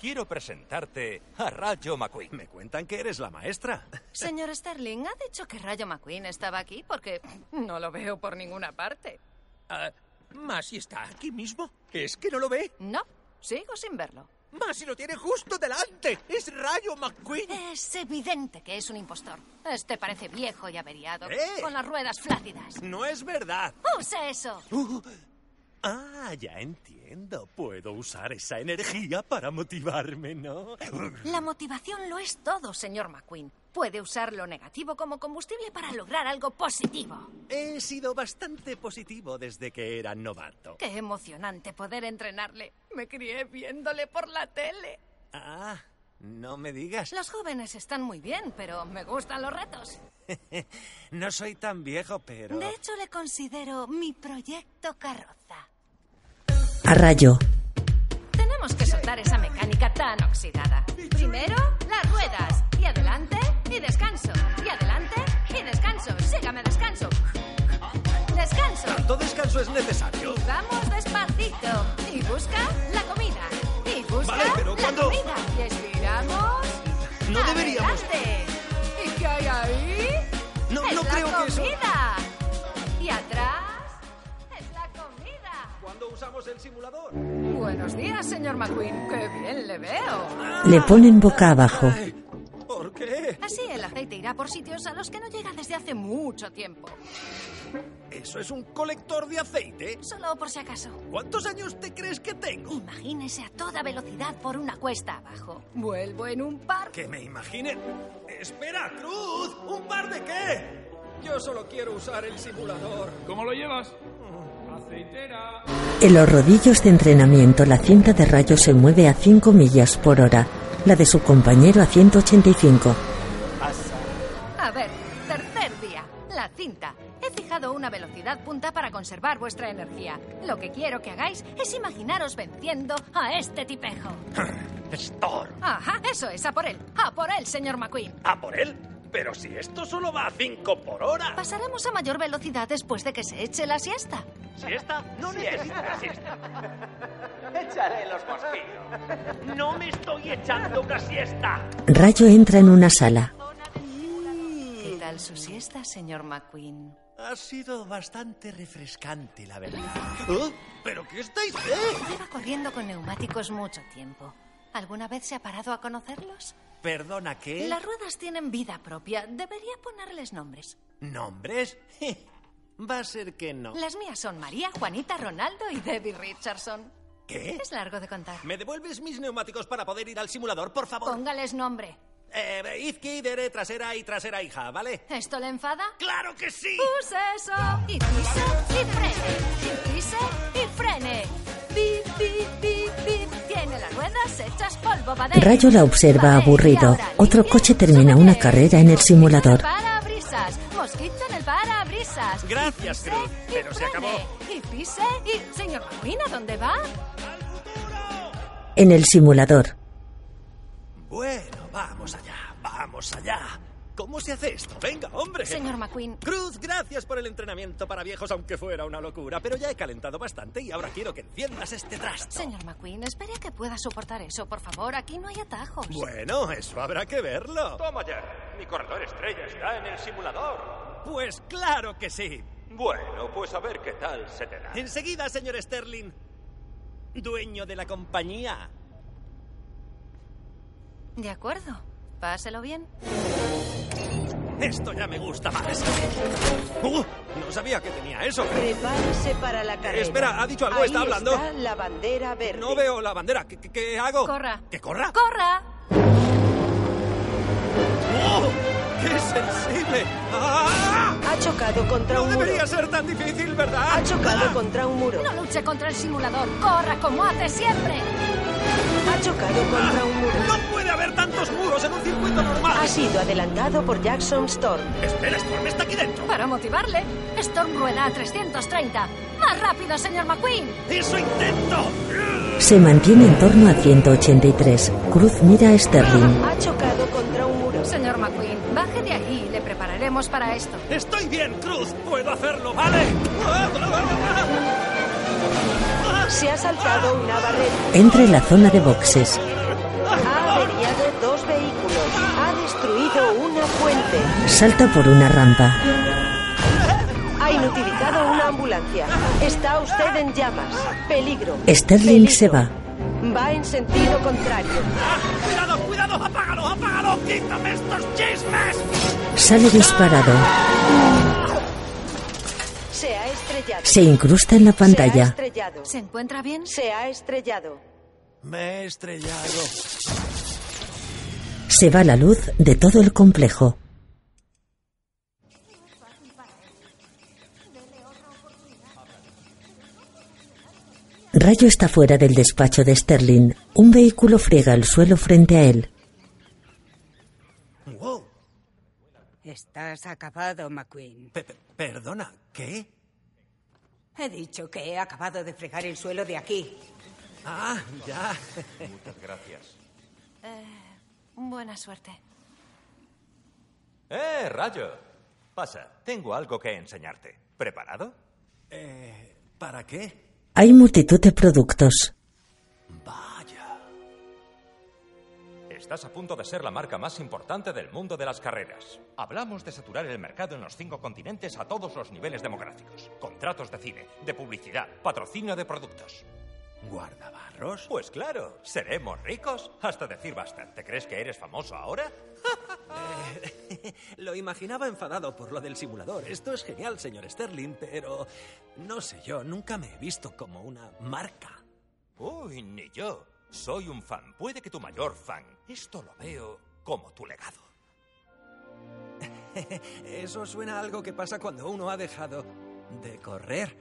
Speaker 2: Quiero presentarte a Rayo McQueen.
Speaker 24: Me cuentan que eres la maestra.
Speaker 9: Señor Sterling, ¿ha dicho que Rayo McQueen estaba aquí? Porque no lo veo por ninguna parte.
Speaker 5: Ah, ¿Masi está aquí mismo? ¿Es que no lo ve?
Speaker 9: No, sigo sin verlo.
Speaker 5: ¡Masi lo tiene justo delante! ¡Es Rayo McQueen!
Speaker 9: Es evidente que es un impostor. Este parece viejo y averiado,
Speaker 24: ¡Eh!
Speaker 9: con las ruedas flácidas.
Speaker 24: No es verdad.
Speaker 9: ¡Usa eso!
Speaker 24: Uh, ah, ya entiendo. Puedo usar esa energía para motivarme, ¿no?
Speaker 9: La motivación lo es todo, señor McQueen. Puede usar lo negativo como combustible para lograr algo positivo.
Speaker 24: He sido bastante positivo desde que era novato.
Speaker 9: Qué emocionante poder entrenarle. Me crié viéndole por la tele.
Speaker 24: Ah, no me digas. [laughs]
Speaker 9: Los jóvenes están muy bien, pero me gustan los retos.
Speaker 24: no soy tan viejo, pero...
Speaker 9: De hecho, le considero mi proyecto carroza.
Speaker 1: A rayo.
Speaker 9: Tenemos que soltar esa mecánica tan oxidada. Primero, las ruedas. Y adelante, y descanso. Y adelante, y descanso. Sígame, descanso. Descanso.
Speaker 24: ¿Tanto descanso es necesario?
Speaker 9: Y vamos despacito. Y busca la comida. Y busca
Speaker 24: Vale, pero
Speaker 9: la
Speaker 24: ¿cuándo?
Speaker 9: comida. Y estiramos.
Speaker 24: No deberíamos.
Speaker 9: Adelante. ¿Y qué hay ahí?
Speaker 24: No,
Speaker 9: es
Speaker 24: no
Speaker 9: la
Speaker 24: creo que eso-
Speaker 9: comida. Y atrás, es la comida.
Speaker 24: ¿Cuándo usamos el simulador?
Speaker 9: Buenos días, señor McQueen. Qué bien le veo.
Speaker 1: Le ponen boca abajo.
Speaker 24: ¿Por qué?
Speaker 9: Así el aceite irá por sitios a los que no llega desde hace mucho tiempo.
Speaker 2: ¿Eso es un colector de aceite?
Speaker 9: Solo por si acaso.
Speaker 2: ¿Cuántos años te crees que tengo?
Speaker 9: Imagínese a toda velocidad por una cuesta abajo. Vuelvo en un par.
Speaker 2: Que me imagine. ¡Espera, Cruz! ¿Un par de qué? Yo solo quiero usar el simulador.
Speaker 5: ¿Cómo lo llevas? Aceitera.
Speaker 1: En los rodillos de entrenamiento, la cinta de rayos se mueve a 5 millas por hora, la de su compañero a 185.
Speaker 9: A ver, tercer día. La cinta. He fijado una velocidad punta para conservar vuestra energía. Lo que quiero que hagáis es imaginaros venciendo a este tipejo.
Speaker 2: ¡Storm!
Speaker 9: Ajá, eso es, a por él. A por él, señor McQueen.
Speaker 24: Ah,
Speaker 2: ¿A por él? Pero si esto solo va a 5 por hora.
Speaker 9: Pasaremos a mayor velocidad después de que se eche la siesta.
Speaker 2: ¿Siesta? No necesito una
Speaker 5: [laughs]
Speaker 2: siesta.
Speaker 25: Echaré los mosquitos. No me estoy echando una siesta.
Speaker 1: Rayo entra en una sala.
Speaker 9: ¿Qué tal su siesta, señor McQueen?
Speaker 2: Ha sido bastante refrescante, la verdad. ¿Eh? ¿Pero qué estáis? eh?
Speaker 9: Lleva corriendo con neumáticos mucho tiempo. ¿Alguna vez se ha parado a conocerlos?
Speaker 2: Perdona, ¿qué?
Speaker 9: Las ruedas tienen vida propia. Debería ponerles nombres.
Speaker 2: ¿Nombres? Va a ser que no.
Speaker 9: Las mías son María, Juanita, Ronaldo y Debbie Richardson.
Speaker 2: ¿Qué?
Speaker 9: Es largo de contar.
Speaker 2: ¿Me devuelves mis neumáticos para poder ir al simulador, por favor?
Speaker 9: Póngales nombre.
Speaker 2: Eh, izquierda, dere, trasera y trasera hija, ¿vale?
Speaker 9: ¿Esto le enfada?
Speaker 2: ¡Claro que sí!
Speaker 9: ¡Puse eso! Y pise y frene. Y pise y frene. Bip, bip, bip, bip. Tiene las ruedas hechas polvo, va de-
Speaker 1: Rayo la observa aburrido. Otro coche termina una carrera en el simulador.
Speaker 9: Parabrisas. Mosquito en el parabrisas.
Speaker 2: Gracias, Cruz. Pero se acabó.
Speaker 9: Y pise y... Señor McQueen, ¿a dónde va?
Speaker 1: En el simulador,
Speaker 2: Bueno, vamos allá, vamos allá. ¿Cómo se hace esto? Venga, hombre.
Speaker 9: Señor McQueen.
Speaker 2: Cruz, gracias por el entrenamiento para viejos, aunque fuera una locura. Pero ya he calentado bastante y ahora quiero que enciendas este trasto.
Speaker 9: Señor McQueen, espere a que pueda soportar eso, por favor. Aquí no hay atajos.
Speaker 2: Bueno, eso habrá que verlo.
Speaker 26: Toma ya. Mi corredor estrella está en el simulador.
Speaker 2: Pues claro que sí.
Speaker 26: Bueno, pues a ver qué tal se te da.
Speaker 2: Enseguida, señor Sterling. Dueño de la compañía.
Speaker 9: De acuerdo. Páselo bien.
Speaker 2: Esto ya me gusta más. ¡Uh! No sabía que tenía eso.
Speaker 27: Prepárese para la carrera.
Speaker 2: Espera, ha dicho algo,
Speaker 27: Ahí
Speaker 2: está hablando.
Speaker 27: está la bandera verde.
Speaker 2: No veo la bandera. ¿Qué, qué- qué hago?
Speaker 9: Corra.
Speaker 2: ¿Que corra?
Speaker 9: ¡Corra!
Speaker 2: ¡Oh! ¡Qué sensible! ¡Ah!
Speaker 27: Ha chocado contra
Speaker 2: No
Speaker 27: un muro.
Speaker 2: debería ser tan difícil, ¿verdad? Ah.
Speaker 27: Ha chocado contra un muro.
Speaker 9: No luche contra el simulador. ¡Corra como hace siempre!
Speaker 27: Ha chocado contra un muro.
Speaker 2: ¡No puede haber tantos muros en un circuito normal!
Speaker 27: Ha sido adelantado por Jackson Storm.
Speaker 2: ¡Espera, Storm está aquí dentro!
Speaker 9: Para motivarle, Storm rueda a 330. ¡Más rápido, señor McQueen!
Speaker 2: ¡Eso intento!
Speaker 1: se mantiene en torno a 183. Cruz mira a Sterling.
Speaker 27: Ha chocado contra un muro.
Speaker 9: Señor McQueen, baje de ahí y le prepararemos para esto.
Speaker 2: ¡Estoy bien, Cruz! ¡Puedo hacerlo, ¿vale? ¡Ah, ah, ah,
Speaker 27: Se ha saltado una barrera.
Speaker 1: Entra en la zona de boxes.
Speaker 27: Ha averiado dos vehículos. Ha destruido una fuente.
Speaker 1: Salta por una rampa.
Speaker 27: Ha inutilizado una ambulancia. Está usted en llamas. Peligro.
Speaker 1: Sterling se va.
Speaker 27: Va en sentido contrario.
Speaker 2: ah! ¡Cuidado, cuidado! ¡Apágalo, apágalo! ¡Quítame estos chismes!
Speaker 1: Sale disparado.
Speaker 27: Se ha estrellado.
Speaker 1: Se incrusta en la
Speaker 27: Se ha
Speaker 1: pantalla.
Speaker 27: estrellado.
Speaker 9: ¿Se encuentra bien?
Speaker 27: Se ha estrellado.
Speaker 2: Me he estrellado.
Speaker 1: Se va la luz de todo el complejo. Rayo está fuera del despacho de Sterling. Un vehículo friega el suelo frente a él.
Speaker 28: Estás acabado, McQueen.
Speaker 2: Pe- pe- perdona, ¿qué?
Speaker 28: He dicho que he acabado de fregar el suelo de aquí.
Speaker 2: Ah, ya.
Speaker 26: Muchas gracias.
Speaker 9: Eh, Buena suerte.
Speaker 26: ¡Eh, rayo! Pasa, tengo algo que enseñarte. ¿Preparado?
Speaker 2: Eh, ¿Para qué?
Speaker 1: Hay multitud de productos.
Speaker 26: Estás a punto de ser la marca más importante del mundo de las carreras. Hablamos de saturar el mercado en los cinco continentes a todos los niveles demográficos. Contratos de cine, de publicidad, patrocinio de productos.
Speaker 2: Guardabarro. perros?
Speaker 26: Pues claro, seremos ricos. Hasta decir bastante. ¿Crees que eres famoso ahora?
Speaker 2: [laughs] Lo imaginaba enfadado por lo del simulador. Esto es genial, señor Sterling, pero no sé yo, nunca me he visto como una marca.
Speaker 26: Uy, ni yo. Soy un fan. Puede que tu mayor fan. Esto lo veo como tu legado.
Speaker 2: [laughs] Eso suena a algo que pasa cuando uno ha dejado de correr.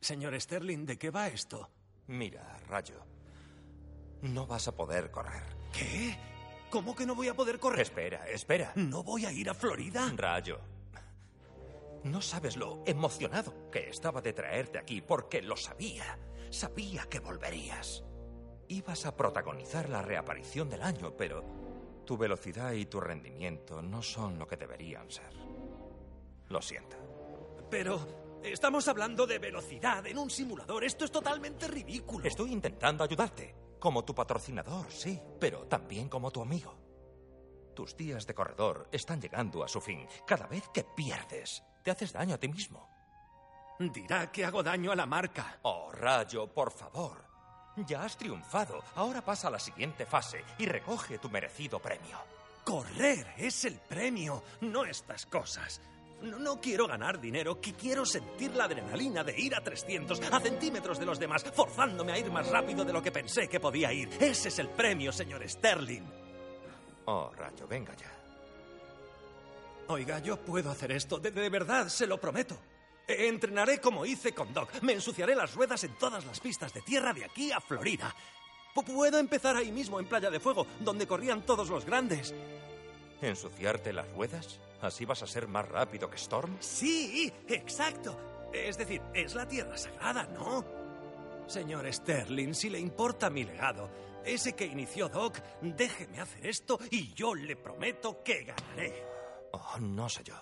Speaker 2: Señor Sterling, ¿de qué va esto?
Speaker 26: Mira, Rayo. No vas a poder correr.
Speaker 2: ¿Qué? ¿Cómo que no voy a poder correr?
Speaker 26: Espera, espera.
Speaker 2: ¿No voy a ir a Florida?
Speaker 26: Rayo. No sabes lo emocionado que estaba de traerte aquí porque lo sabía. Sabía que volverías. Ibas a protagonizar la reaparición del año, pero tu velocidad y tu rendimiento no son lo que deberían ser. Lo siento.
Speaker 2: Pero estamos hablando de velocidad en un simulador. Esto es totalmente ridículo.
Speaker 26: Estoy intentando ayudarte. Como tu patrocinador, sí, pero también como tu amigo. Tus días de corredor están llegando a su fin. Cada vez que pierdes, te haces daño a ti mismo.
Speaker 2: Dirá que hago daño a la marca.
Speaker 26: Oh, rayo, por favor. Ya has triunfado. Ahora pasa a la siguiente fase y recoge tu merecido premio.
Speaker 2: Correr es el premio, no estas cosas. No, no quiero ganar dinero, que quiero sentir la adrenalina de ir a 300, a centímetros de los demás, forzándome a ir más rápido de lo que pensé que podía ir. Ese es el premio, señor Sterling.
Speaker 26: Oh, rayo, venga ya.
Speaker 2: Oiga, yo puedo hacer esto, de, de verdad, se lo prometo. E, Entrenaré como hice con Doc. Me ensuciaré las ruedas en todas las pistas de tierra de aquí a Florida. P puedo empezar ahí mismo, en Playa de Fuego, donde corrían todos los grandes.
Speaker 26: ¿Ensuciarte las ruedas? ¿Así vas a ser más rápido que Storm?
Speaker 2: Sí, exacto. Es decir, es la tierra sagrada, ¿no? Señor Sterling, si le importa mi legado, ese que inició Doc, déjeme hacer esto y yo le prometo que ganaré.
Speaker 26: Oh, no sé yo.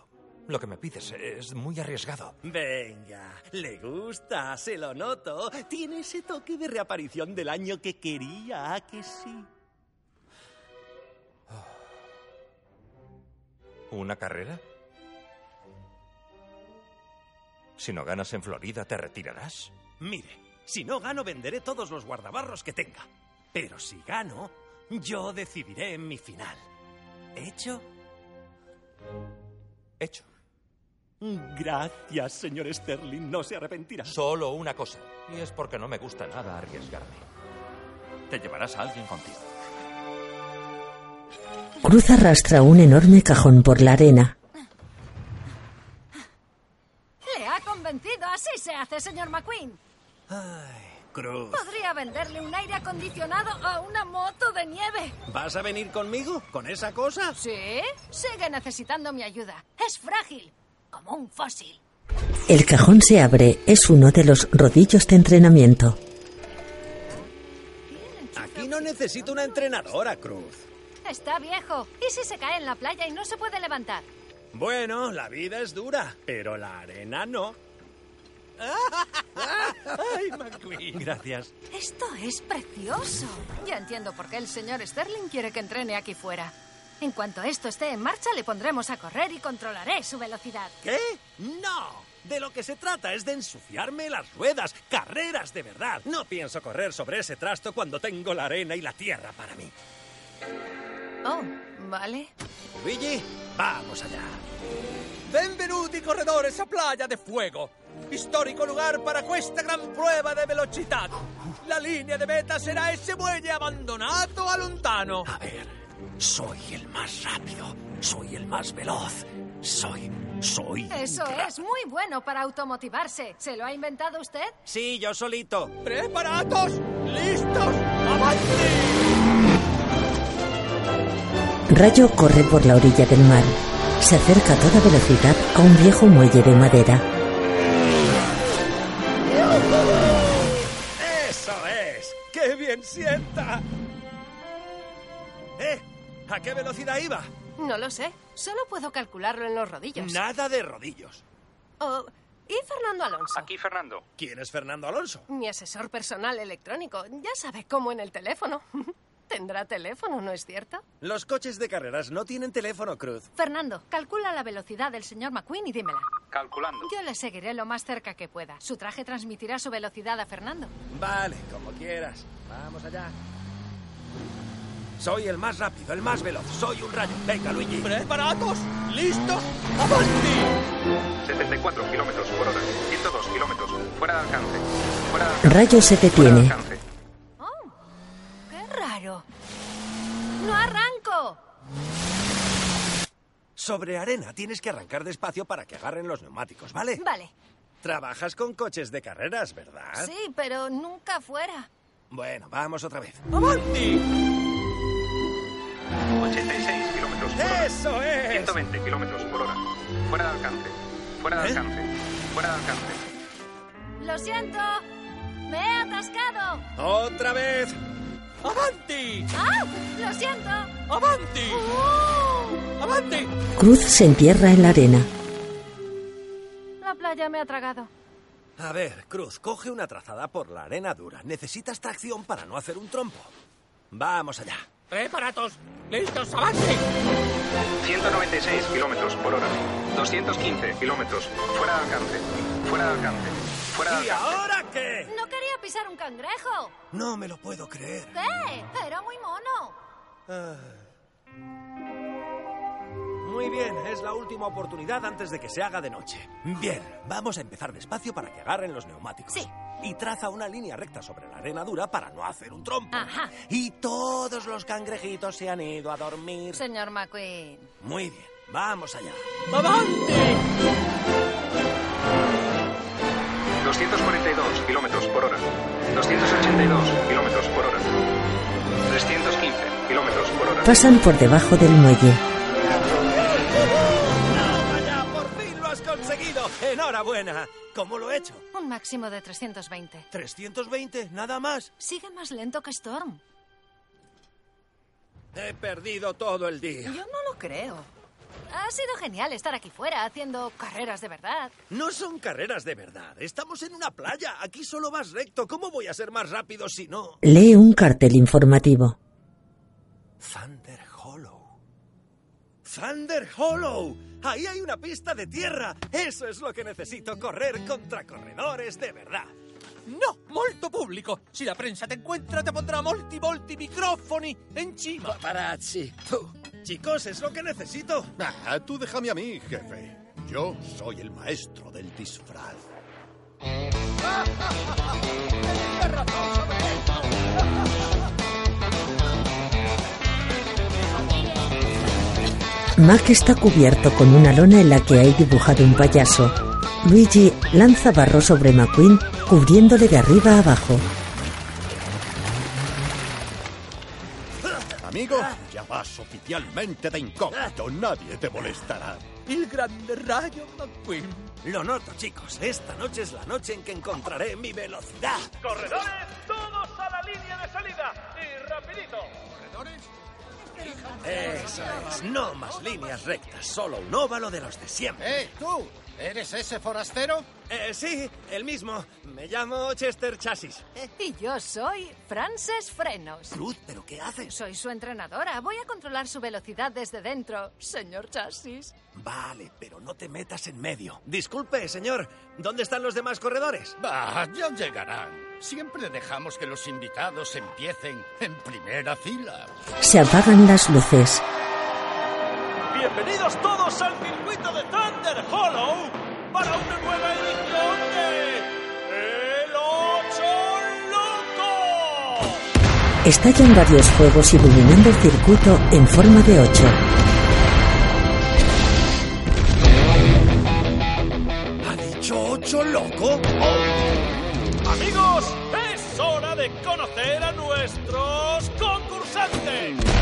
Speaker 26: Lo que me pides es muy arriesgado.
Speaker 2: Venga, le gusta, se lo noto. Tiene ese toque de reaparición del año que quería, ¿a que sí?
Speaker 26: ¿Una carrera? Si no ganas en Florida, ¿te retirarás?
Speaker 2: Mire, si no gano, venderé todos los guardabarros que tenga. Pero si gano, yo decidiré en mi final. ¿Hecho?
Speaker 26: Hecho.
Speaker 2: Gracias, señor Sterling. No se arrepentirá.
Speaker 26: Solo una cosa. Y es porque no me gusta nada arriesgarme. Te llevarás a alguien contigo.
Speaker 1: Cruz arrastra un enorme cajón por la arena.
Speaker 9: Le ha convencido. Así se hace, señor McQueen.
Speaker 2: Ay, Cruz.
Speaker 9: Podría venderle un aire acondicionado a una moto de nieve.
Speaker 2: ¿Vas a venir conmigo? ¿Con esa cosa?
Speaker 9: Sí. Sigue necesitando mi ayuda. Es frágil como un fósil.
Speaker 1: El cajón se abre, es uno de los rodillos de entrenamiento.
Speaker 2: Aquí no necesito una entrenadora, Cruz.
Speaker 9: Está viejo. ¿Y si se cae en la playa y no se puede levantar?
Speaker 2: Bueno, la vida es dura, pero la arena no.
Speaker 27: [laughs] ¡Ay, McQueen!
Speaker 2: Gracias.
Speaker 9: Esto es precioso. Ya entiendo por qué el señor Sterling quiere que entrene aquí fuera. En cuanto esto esté en marcha, le pondremos a correr y controlaré su velocidad.
Speaker 2: ¿Qué? ¡No! De lo que se trata es de ensuciarme las ruedas, carreras de verdad. No pienso correr sobre ese trasto cuando tengo la arena y la tierra para mí.
Speaker 9: Oh, vale.
Speaker 2: Luigi, vamos allá.
Speaker 21: Benvenuti corredores a Playa de Fuego, storico lugar para questa gran prueba de velocità. La linea de meta será ese muelle abandonato a lontano.
Speaker 2: A ver, soy el más rápido, soy el más veloz, soy, soy...
Speaker 9: Eso es muy bueno para automotivarse. ¿Se lo ha inventado usted?
Speaker 2: Sí, yo solito.
Speaker 21: ¿Preparados? ¿Listos? ¡Avante!
Speaker 1: Rayo corre por la orilla del mar. Se acerca a toda velocidad a un viejo muelle de madera.
Speaker 2: ¡Eso es! ¡Qué bien sienta! ¿Eh? ¿A qué velocidad iba?
Speaker 9: No lo sé. Solo puedo calcularlo en los rodillos.
Speaker 2: Nada de rodillos.
Speaker 9: Oh, ¿Y Fernando Alonso?
Speaker 7: Aquí Fernando.
Speaker 2: ¿Quién es Fernando Alonso?
Speaker 9: Mi asesor personal electrónico. Ya sabe cómo en el teléfono. [laughs] Tendrá teléfono, ¿no es cierto?
Speaker 2: Los coches de carreras no tienen teléfono, Cruz.
Speaker 9: Fernando, calcula la velocidad del señor McQueen y dímela.
Speaker 7: Calculando.
Speaker 9: Yo le seguiré lo más cerca que pueda. Su traje transmitirá su velocidad a Fernando.
Speaker 2: Vale, como quieras. Vamos allá. Soy el más rápido, el más veloz. Soy un rayo. Venga, Luigi.
Speaker 21: ¿Preparados? ¿Listos? ¡Avanti!
Speaker 7: 74 kilómetros por hora. 102 kilómetros. Fuera de alcance. Fuera de alcance.
Speaker 1: Rayo se detiene.
Speaker 9: ¡Qué raro! ¡No arranco!
Speaker 2: Sobre arena tienes que arrancar despacio para que agarren los neumáticos, ¿vale?
Speaker 9: Vale.
Speaker 2: Trabajas con coches de carreras, ¿verdad?
Speaker 9: Sí, pero nunca fuera.
Speaker 2: Bueno, vamos otra vez.
Speaker 21: ¡Avanti!
Speaker 7: 86 kilómetros por hora.
Speaker 2: ¡Eso es!
Speaker 7: 120 kilómetros por hora. Fuera de alcance. Fuera
Speaker 29: ¿Eh?
Speaker 7: de alcance. Fuera de alcance.
Speaker 9: ¡Lo siento! ¡Me he atascado!
Speaker 2: ¡Otra vez!
Speaker 21: ¡Avanti!
Speaker 9: ¡Ah! ¡Lo siento! ¡Oh!
Speaker 21: ¡Avanti! ¡Avanti!
Speaker 1: Cruz se entierra en la arena.
Speaker 9: La playa me ha tragado.
Speaker 2: A ver, Cruz, coge una trazada por la arena dura. Necesitas tracción para no hacer un trompo. Vamos allá.
Speaker 21: ¡Preparados! ¡Listos! ¡Avanti!
Speaker 7: 196 kilómetros por hora. 215 kilómetros. Fuera de alcance. Fuera de alcance. Fuera de alcance.
Speaker 2: ahora qué?
Speaker 9: ¡No quería pisar un cangrejo!
Speaker 2: No me lo puedo creer.
Speaker 9: ¿Qué? ¡Era muy mono!
Speaker 2: Ah. Muy bien, es la última oportunidad antes de que se haga de noche. Bien, vamos a empezar despacio para que agarren los neumáticos. Sí. Y traza una línea recta sobre la arena dura para no hacer un trompo.
Speaker 9: Ajá.
Speaker 2: Y todos los cangrejitos se han ido a dormir.
Speaker 9: Señor McQueen.
Speaker 2: Muy bien, vamos allá.
Speaker 7: 242 kilómetros por hora. 282 kilómetros por hora. 315 kilómetros por hora.
Speaker 1: Pasan por debajo del muelle.
Speaker 2: ¡Vaya, por fin lo has conseguido! ¡Enhorabuena! ¿Cómo lo he hecho?
Speaker 9: Un máximo de 320.
Speaker 2: ¿320? ¿Nada más?
Speaker 9: Sigue más lento que Storm.
Speaker 2: He perdido todo el día.
Speaker 9: Yo no lo creo. Ha sido genial estar aquí fuera haciendo carreras de verdad.
Speaker 2: No son carreras de verdad. Estamos en una playa. Aquí solo vas recto. ¿Cómo voy a ser más rápido si no?
Speaker 1: Lee un cartel informativo.
Speaker 2: Thunder Hollow. Thunder Hollow. Ahí hay una pista de tierra. Eso es lo que necesito. Correr contra corredores de verdad.
Speaker 21: No, molto pubblico. Si la prensa te encuentra, te pondrá molti, molti microfoni en cima.
Speaker 2: Paparazzi, tú. Chicos, es lo que necesito.
Speaker 30: Ah, tú déjame a mí, jefe. Yo soy el maestro del disfraz.
Speaker 1: Mac está cubierto con una lona en la que hay dibujado un payaso. Luigi lanza barro sobre McQueen, cubriéndole de arriba a abajo.
Speaker 30: Amigo, ya vas oficialmente de incógnito. Nadie te molestará.
Speaker 21: El grande rayo McQueen.
Speaker 2: Lo noto, chicos. Esta noche es la noche en que encontraré mi velocidad.
Speaker 12: Corredores, todos a la línea de salida. Y rapidito.
Speaker 2: Eso es. No más líneas rectas. Solo un óvalo de los de siempre.
Speaker 31: ¡Eh, tú! ¿Eres ese forastero?
Speaker 2: Eh, sí, el mismo. Me llamo Chester Chasis.
Speaker 9: Y yo soy Frances Frenos.
Speaker 2: Cruz, ¿pero qué haces?
Speaker 9: Soy su entrenadora. Voy a controlar su velocidad desde dentro, señor Chasis.
Speaker 2: Vale, pero no te metas en medio. Disculpe, señor. ¿Dónde están los demás corredores?
Speaker 31: Bah, ya llegarán. Siempre dejamos que los invitados empiecen en primera fila.
Speaker 1: Se apagan las luces.
Speaker 5: Bienvenidos todos al circuito de Thunder Hollow para una nueva edición de El Ocho Loco.
Speaker 1: Estallan varios fuegos iluminando el circuito en forma de ocho.
Speaker 2: ¿Ha dicho ocho loco?
Speaker 5: Amigos, es hora de conocer a nuestros concursantes.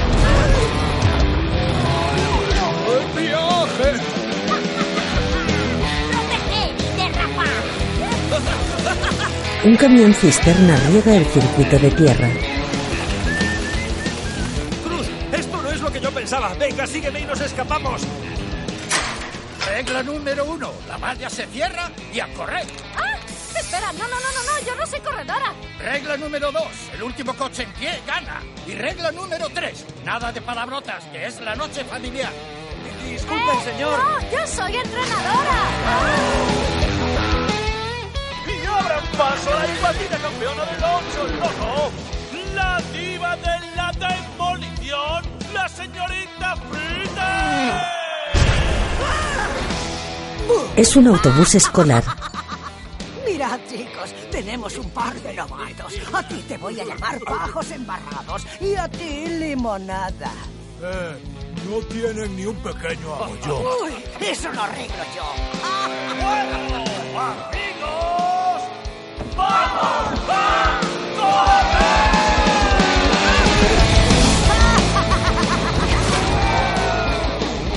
Speaker 5: [laughs]
Speaker 1: Un camión cisterna riega el circuito de tierra.
Speaker 2: Cruz, esto no es lo que yo pensaba. Venga, sígueme y nos escapamos.
Speaker 31: Regla número uno: la malla se cierra y a correr.
Speaker 9: ¡Ah! Espera, no, no, no, no, no, yo no soy corredora.
Speaker 31: Regla número dos: el último coche en pie gana. Y regla número tres: nada de palabrotas, que es la noche familiar.
Speaker 15: Disculpe, señor.
Speaker 9: Eh, ¡No! ¡Yo soy entrenadora!
Speaker 5: ¡Y abran paso a la invadida campeona del 8! ¡Loco! ¡La diva de la demolición! ¡La señorita Frida!
Speaker 1: Es un autobús escolar.
Speaker 8: Mirad, chicos, tenemos un par de novatos. A ti te voy a llamar bajos embarrados y a ti limonada.
Speaker 13: Eh, no tienen ni un pequeño apoyo.
Speaker 8: Uy, eso lo arreglo yo.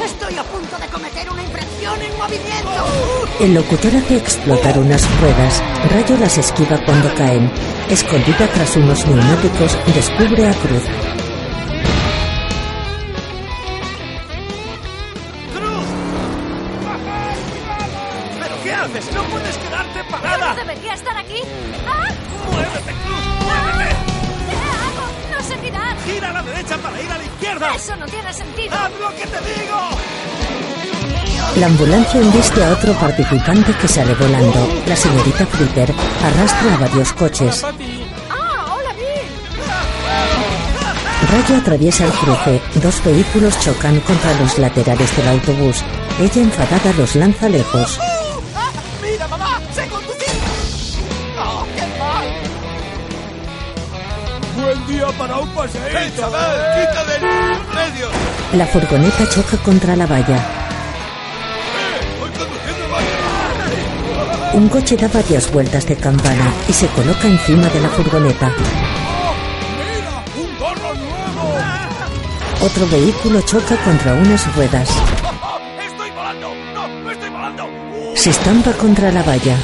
Speaker 8: Estoy a punto de cometer una infracción en movimiento.
Speaker 1: El locutor hace explotar unas ruedas. Rayo las esquiva cuando caen. Escondida tras unos neumáticos, descubre a Cruz.
Speaker 5: ¿Pero qué haces? ¡No puedes quedarte parada!
Speaker 9: Yo no debería estar aquí. ¡Ah!
Speaker 5: ¡Muévete, Cruz! ¡Muévete!
Speaker 9: ¿Qué hago? No sé girar.
Speaker 5: ¡Gira a la derecha para ir a la izquierda!
Speaker 9: Eso no tiene sentido.
Speaker 5: ¡Haz lo que te digo!
Speaker 1: La ambulancia embiste a otro participante que sale volando. La señorita Fritter arrastra a varios coches.
Speaker 15: ¡Ah, hola, Bill!
Speaker 1: Rayo atraviesa el cruce. Dos vehículos chocan contra los laterales del autobús. Ella enfadada los lanza lejos.
Speaker 15: ¡Ah! ¡Mira, mamá! ¡Sé conducir! ¡Oh, qué mal!
Speaker 13: Buen día para un paseíto.
Speaker 5: ¡Eh, chaval! ¡Quita del medio!
Speaker 1: La furgoneta choca contra la valla. Un coche da varias vueltas de campana y se coloca encima de la furgoneta. Otro vehículo choca contra unas ruedas. Se estampa contra la valla.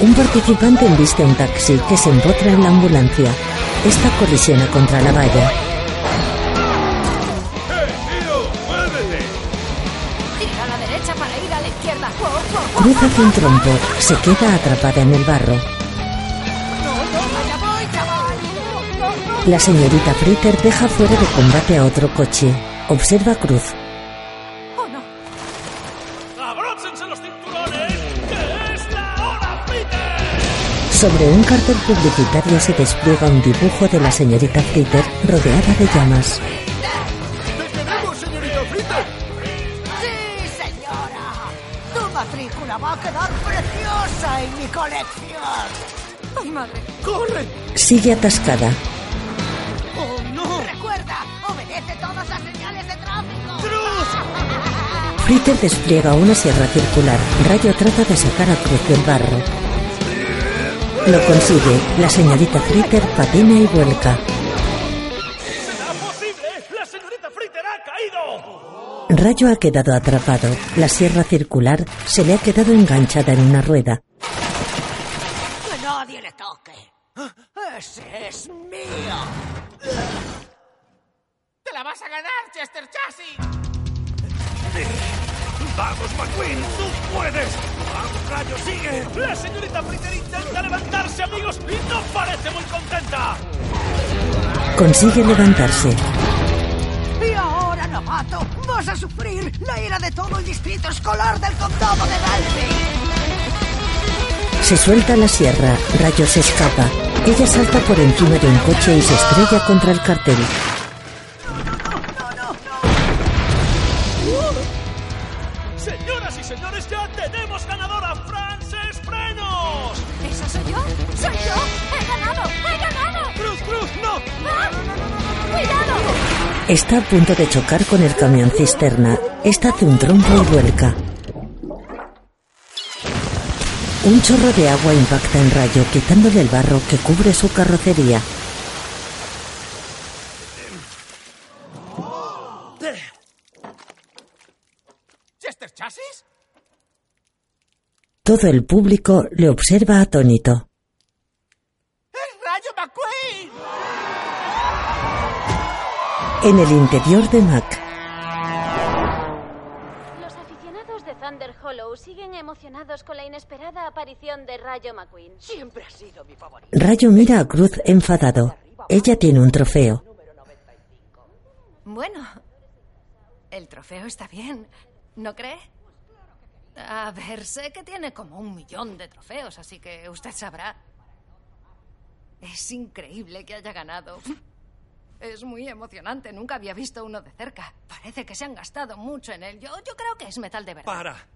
Speaker 1: Un participante embiste a un taxi que se empotra en la ambulancia. Esta colisiona contra la valla.
Speaker 9: Gira a la derecha para ir a la izquierda. ¡Oh, oh, oh!
Speaker 1: Cruz hace un trompo. Se queda atrapada en el barro.
Speaker 15: ¡Allá voy, chaval!
Speaker 1: La señorita Fritter deja fuera de combate a otro coche. Observa a Cruz.
Speaker 5: ¡Abróchense los cinturones! ¡Que es la hora, Peter!
Speaker 1: Sobre un cartel publicitario se despliega un dibujo de la señorita Fritter rodeada de llamas.
Speaker 15: ¡Tenemos, señorita Fritter!
Speaker 8: ¡Sí, señora! Tu matrícula va a quedar preciosa en mi colección. ¡Ay, madre! ¡Corre!
Speaker 1: Sigue atascada.
Speaker 8: ¡Oh, no! Recuerda, obedece todas las señales de tráfico.
Speaker 1: Fritter despliega una sierra circular. Rayo trata de sacar a Cruz del barro. Lo consigue. La señorita Fritter patina y vuelca.
Speaker 5: ¡Será posible! ¡La señorita Fritter ha caído!
Speaker 1: Rayo ha quedado atrapado. La sierra circular se le ha quedado enganchada en una rueda.
Speaker 8: ¡Que nadie le toque! ¡Ese es mío!
Speaker 15: ¡Te la vas a ganar, Chester Chassis!
Speaker 5: ¡Vamos, McQueen! ¡Tú puedes! ¡Vamos, rayo, sigue! La señorita Fritter intenta levantarse, amigos, y no parece muy contenta.
Speaker 1: Consigue levantarse.
Speaker 8: Y ahora, novato, vas a sufrir la ira de todo el distrito escolar del condado de Dalby.
Speaker 1: Se suelta la sierra. Rayo se escapa. Ella salta por encima de un coche y se estrella contra el cartel.
Speaker 5: Señoras y señores, ya tenemos ganadora, Frances Frenos.
Speaker 9: ¿Esa soy yo? ¡Soy yo! ¡He ganado! ¡He ganado!
Speaker 5: ¡Cruz, cruz, no!
Speaker 9: ¡Ah! ¡Cuidado!
Speaker 1: Está a punto de chocar con el camión cisterna. Esta hace un trompo y vuelca. Un chorro de agua impacta en Rayo, quitándole el barro que cubre su carrocería.
Speaker 15: ¿Chester Chassis?
Speaker 1: Todo el público le observa atónito.
Speaker 32: ¡Eh,
Speaker 15: ¡Es Rayo McQueen!
Speaker 1: En el interior de Mac,
Speaker 9: Los aficionados
Speaker 16: chicos de Thunder Hollow siguen emocionados con la inesperada aparición de Rayo McQueen.
Speaker 32: Siempre ha sido mi favorito.
Speaker 1: Rayo mira a Cruz enfadado. Ella tiene un trofeo.
Speaker 9: Bueno, el trofeo está bien, ¿no cree? A ver, sé que tiene como un millón de trofeos, así que usted sabrá. Es increíble que haya ganado. Es muy emocionante, nunca había visto uno de cerca. Parece que se han gastado mucho en él. Yo, yo creo que es metal de verdad.
Speaker 2: Para,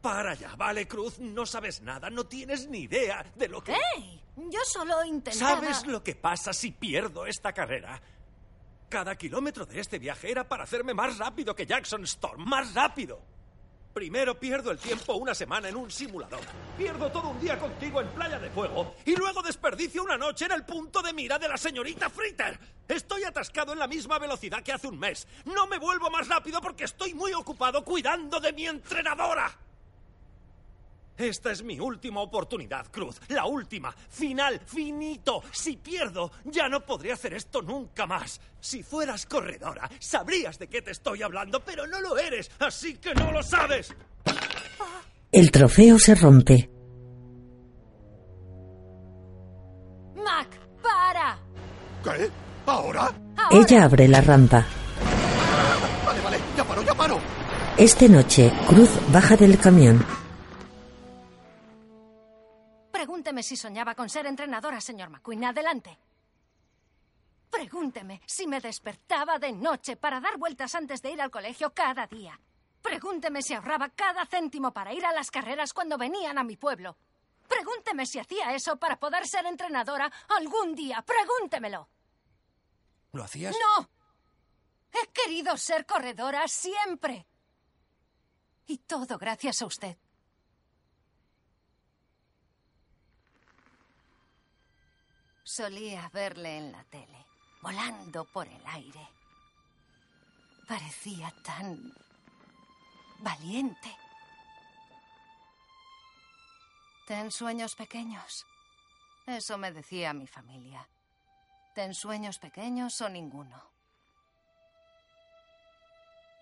Speaker 2: para ya, vale, Cruz, no sabes nada, no tienes ni idea de lo que...
Speaker 9: ¡Ey! Yo solo intentaba...
Speaker 2: ¿Sabes lo que pasa si pierdo esta carrera? Cada kilómetro de este viaje era para hacerme más rápido que Jackson Storm, más rápido. Primero pierdo el tiempo una semana en un simulador. Pierdo todo un día contigo en Playa de Fuego. Y luego desperdicio una noche en el punto de mira de la señorita Fritter. Estoy atascado en la misma velocidad que hace un mes. No me vuelvo más rápido porque estoy muy ocupado cuidando de mi entrenadora. Esta es mi última oportunidad, Cruz. La última. Final. Finito. Si pierdo, ya no podré hacer esto nunca más. Si fueras corredora, sabrías de qué te estoy hablando, pero no lo eres, así que no lo sabes.
Speaker 1: El trofeo se rompe.
Speaker 9: Mac, para.
Speaker 5: ¿Qué? ¿Ahora?
Speaker 1: Ella abre la rampa.
Speaker 5: Vale, vale, ya paro, ya paro.
Speaker 1: Esta noche, Cruz baja del camión.
Speaker 9: Pregúnteme si soñaba con ser entrenadora, señor McQueen. Adelante. Pregúnteme si me despertaba de noche para dar vueltas antes de ir al colegio cada día. Pregúnteme si ahorraba cada céntimo para ir a las carreras cuando venían a mi pueblo. Pregúnteme si hacía eso para poder ser entrenadora algún día. Pregúntemelo.
Speaker 2: ¿Lo hacías?
Speaker 9: No. He querido ser corredora siempre. Y todo gracias a usted. Solía verle en la tele, volando por el aire. Parecía tan valiente. Ten sueños pequeños. Eso me decía mi familia. Ten sueños pequeños o ninguno.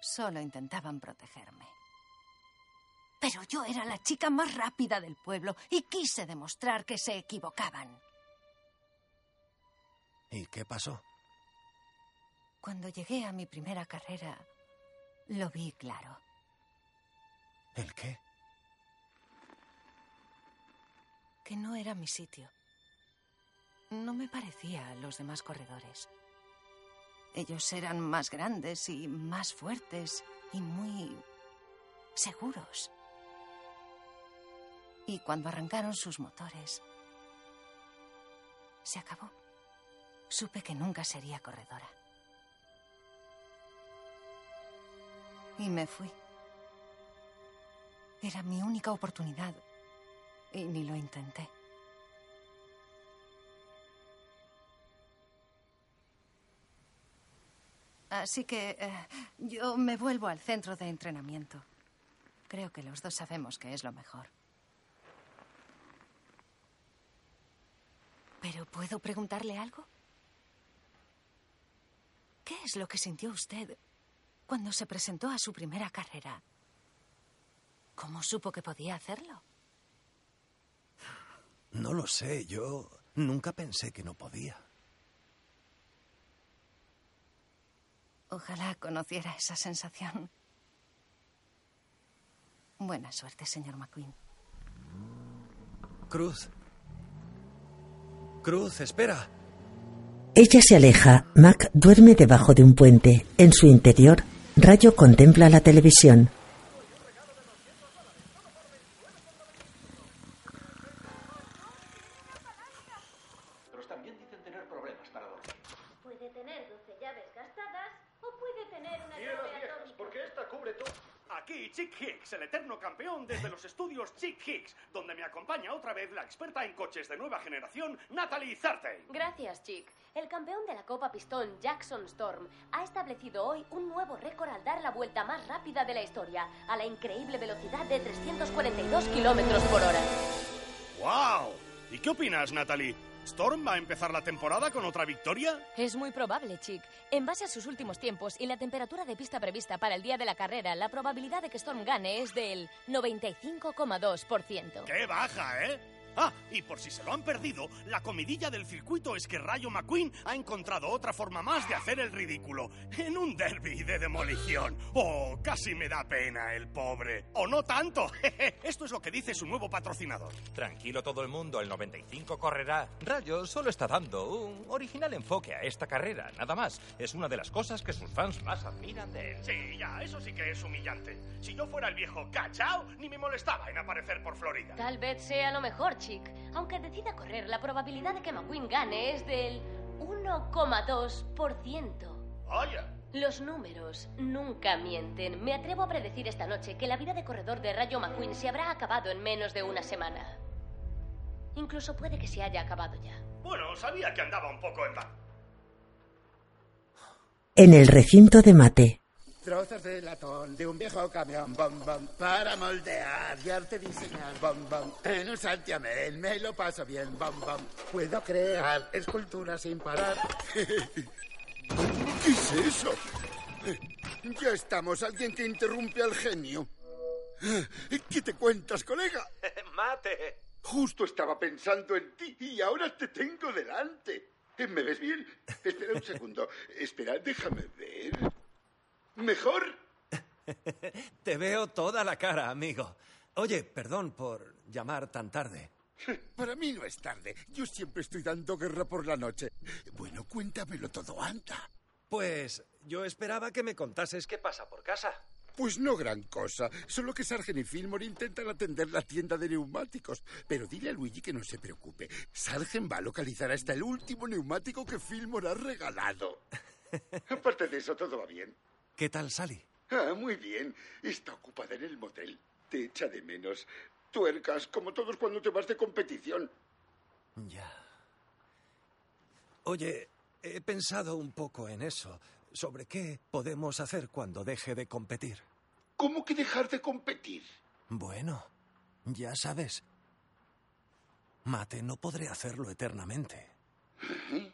Speaker 9: Solo intentaban protegerme. Pero yo era la chica más rápida del pueblo y quise demostrar que se equivocaban.
Speaker 2: ¿Y qué pasó?
Speaker 9: Cuando llegué a mi primera carrera, lo vi claro.
Speaker 2: ¿El qué?
Speaker 9: Que no era mi sitio. No me parecía a los demás corredores. Ellos eran más grandes y más fuertes y muy seguros. Y cuando arrancaron sus motores, se acabó supe que nunca sería corredora. Y me fui. Era mi única oportunidad. Y ni lo intenté. Así que eh, yo me vuelvo al centro de entrenamiento. Creo que los dos sabemos que es lo mejor. ¿Pero puedo preguntarle algo? ¿Qué es lo que sintió usted cuando se presentó a su primera carrera? ¿Cómo supo que podía hacerlo?
Speaker 2: No lo sé, yo nunca pensé que no podía.
Speaker 9: Ojalá conociera esa sensación. Buena suerte, señor McQueen.
Speaker 2: Cruz. Cruz, espera.
Speaker 1: Ella se aleja. Mac duerme debajo de un puente. En su interior, Rayo contempla la televisión.
Speaker 8: Otros también dicen tener problemas para dormir.
Speaker 16: Puede tener 12 llaves gastadas o puede tener una
Speaker 15: Cielo
Speaker 16: llave
Speaker 15: viejas,
Speaker 16: atómica.
Speaker 15: porque esta cubre todo. Aquí Chick Hicks, el eterno campeón desde los estudios Chick Hicks, donde me acompaña otra vez la experta en coches de nueva generación, Natalie Zartey.
Speaker 16: Gracias, Chick. El campeón de la Copa Pistón, Jackson Storm, ha establecido hoy un nuevo récord al dar la vuelta más rápida de la historia, a la increíble velocidad de 342 kilómetros por hora.
Speaker 15: ¡Wow! ¿Y qué opinas, Natalie? ¿Storm va a empezar la temporada con otra victoria?
Speaker 16: Es muy probable, Chick. En base a sus últimos tiempos y la temperatura de pista prevista para el día de la carrera, la probabilidad de que Storm gane es del 95,2%.
Speaker 15: ¡Qué baja, eh! Ah, y por si se lo han perdido, la comidilla del circuito es que Rayo McQueen ha encontrado otra forma más de hacer el ridículo. En un derby de demolición. Oh, casi me da pena el pobre. O no tanto. [laughs] Esto es lo que dice su nuevo patrocinador.
Speaker 33: Tranquilo todo el mundo, el 95 correrá. Rayo solo está dando un original enfoque a esta carrera, nada más. Es una de las cosas que sus fans más admiran de él.
Speaker 15: Sí, ya, eso sí que es humillante. Si yo fuera el viejo cachao, ni me molestaba en aparecer por Florida.
Speaker 16: Tal vez sea lo mejor, Chick. Aunque decida correr, la probabilidad de que McQueen gane es del 1,2%.
Speaker 15: Vaya.
Speaker 16: Los números nunca mienten. Me atrevo a predecir esta noche que la vida de corredor de Rayo McQueen se habrá acabado en menos de una semana. Incluso puede que se haya acabado ya.
Speaker 15: Bueno, sabía que andaba un poco en vano.
Speaker 1: En el recinto de mate,
Speaker 3: Trozos de latón de un viejo camión, bom, bom, para moldear y arte diseñar, bom, bom. En un santiamén me lo paso bien, bom, bom. Puedo crear esculturas sin parar. [laughs] ¿Qué es eso? Ya estamos, alguien que interrumpe al genio. ¿Qué te cuentas, colega?
Speaker 15: Mate.
Speaker 3: Justo estaba pensando en ti y ahora te tengo delante. Eh, ¿Me ves bien? Espera un segundo. Espera, déjame ver. ¿Mejor?
Speaker 2: Te veo toda la cara, amigo. Oye, perdón por llamar tan tarde.
Speaker 3: Para mí [laughs] no es tarde. Yo siempre estoy dando guerra por la noche. Bueno, cuéntamelo todo, anda.
Speaker 2: Pues yo esperaba que me contases qué pasa por casa.
Speaker 3: Pues no gran cosa, solo que Sargent y Fillmore intentan atender la tienda de neumáticos. Pero dile a Luigi que no se preocupe. Sargent va a localizar hasta el último neumático que Fillmore ha
Speaker 2: [laughs]
Speaker 3: regalado. Aparte de eso, todo va bien.
Speaker 2: ¿Qué tal, Sally?
Speaker 3: Ah, muy bien. Está ocupada en el motel. Te echa de menos. Tuercas, como todos cuando te vas de competición.
Speaker 2: Ya. Oye, he pensado un poco en eso, sobre qué podemos hacer cuando deje de competir.
Speaker 3: ¿Cómo que dejar de competir?
Speaker 2: Bueno, ya sabes. Mate, no podré hacerlo eternamente.
Speaker 3: ¿Eh?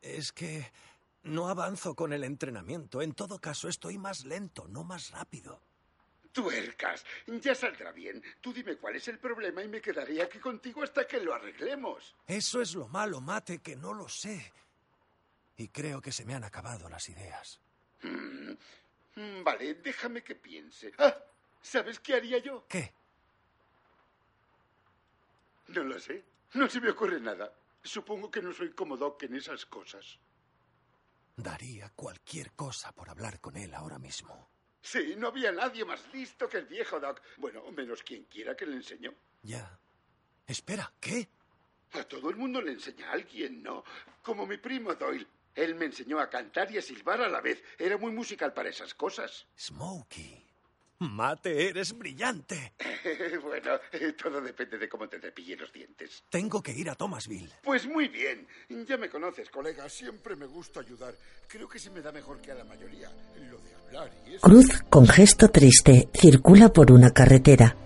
Speaker 2: Es que no avanzo con el entrenamiento. En todo caso, estoy más lento, no más rápido.
Speaker 3: Tuercas, ya saldrá bien. Tú dime cuál es el problema y me quedaré aquí contigo hasta que lo arreglemos.
Speaker 2: Eso es lo malo, mate, que no lo sé. Y creo que se me han acabado las ideas.
Speaker 3: Mm, mm, Vale, déjame que piense. Ah, ¿sabes qué haría yo?
Speaker 2: ¿Qué?
Speaker 3: No lo sé. No se me ocurre nada. Supongo que no soy cómodo en esas cosas.
Speaker 2: Daría cualquier cosa por hablar con él ahora mismo.
Speaker 3: Sí, no había nadie más listo que el viejo Doc. Bueno, menos quien quiera que le enseñó.
Speaker 2: Ya. Espera, ¿qué?
Speaker 3: A todo el mundo le enseña a alguien, ¿no? Como mi primo Doyle. Él me enseñó a cantar y a silbar a la vez. Era muy musical para esas cosas. [laughs]
Speaker 2: Smokey. Mate, eres brillante.
Speaker 3: bueno, eh, todo depende de cómo te cepillen los dientes.
Speaker 2: Tengo que ir a Thomasville.
Speaker 3: Pues muy bien. Ya me conoces, colega. Siempre me gusta ayudar. Creo que se me da mejor que a la mayoría. Lo de hablar y eso.
Speaker 1: Cruz con gesto triste circula por una carretera.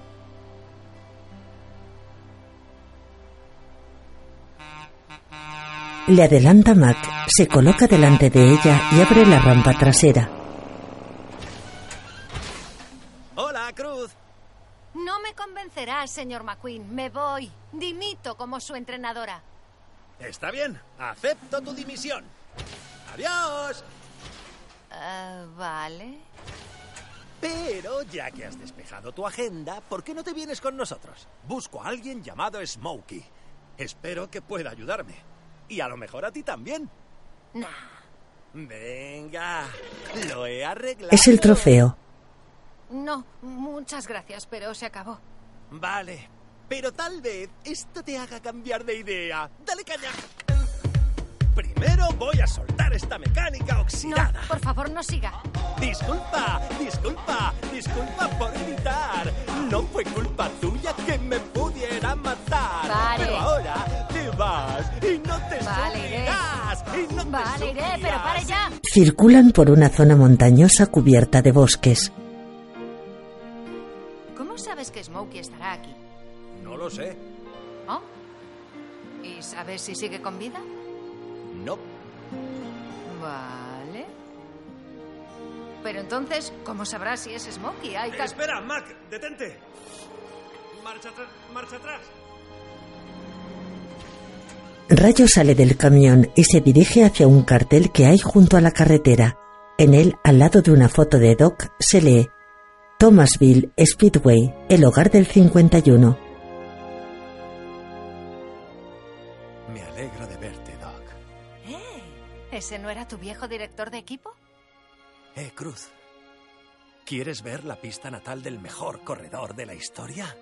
Speaker 1: Le adelanta Mac, se coloca delante de ella y abre la rampa trasera.
Speaker 2: Hola, Cruz.
Speaker 9: No me convencerá, señor McQueen. Me voy. Dimito como su entrenadora.
Speaker 2: Está bien, acepto tu dimisión. Adiós.
Speaker 9: Ah, vale.
Speaker 2: Pero ya que has despejado tu agenda, ¿por qué no te vienes con nosotros? Busco a alguien llamado Smokey. Espero que pueda ayudarme. Y a lo mejor a ti también.
Speaker 9: Nah.
Speaker 2: Venga, lo he arreglado.
Speaker 1: Es el trofeo.
Speaker 9: No, muchas gracias, pero se acabó.
Speaker 2: Vale, pero tal vez esto te haga cambiar de idea. Dale caña. Primero voy a soltar esta mecánica
Speaker 9: No,
Speaker 2: oxidada.
Speaker 9: por favor, no siga.
Speaker 2: Disculpa, disculpa, disculpa por gritar. No fue culpa tuya que me pudiera matar.
Speaker 9: Vale.
Speaker 2: Pero ahora te vas y no te
Speaker 9: Vale, iré.
Speaker 2: subirás. Y no
Speaker 9: Vale,
Speaker 2: te
Speaker 9: iré, pero
Speaker 2: subirás.
Speaker 9: pare ya.
Speaker 1: Circulan por una zona montañosa cubierta de bosques.
Speaker 9: ¿Cómo sabes que Smokey estará aquí?
Speaker 2: No lo sé.
Speaker 9: ¿Oh? ¿Y sabes si sigue con vida?
Speaker 34: No.
Speaker 9: Vale. Pero entonces, ¿cómo sabrás si es Smokey? Hay que...
Speaker 5: Espera, Mac, detente. Marcha atrás, marcha atrás.
Speaker 1: Rayo sale del camión y se dirige hacia un cartel que hay junto a la carretera. En él, al lado de una foto de Doc, se lee Thomasville Speedway, el hogar del 51.
Speaker 2: Me alegro de verte, Doc.
Speaker 9: ¡Eh! ¿Ese no era tu viejo director de equipo?
Speaker 2: Eh, Cruz. ¿Quieres ver la pista natal del mejor corredor de la historia?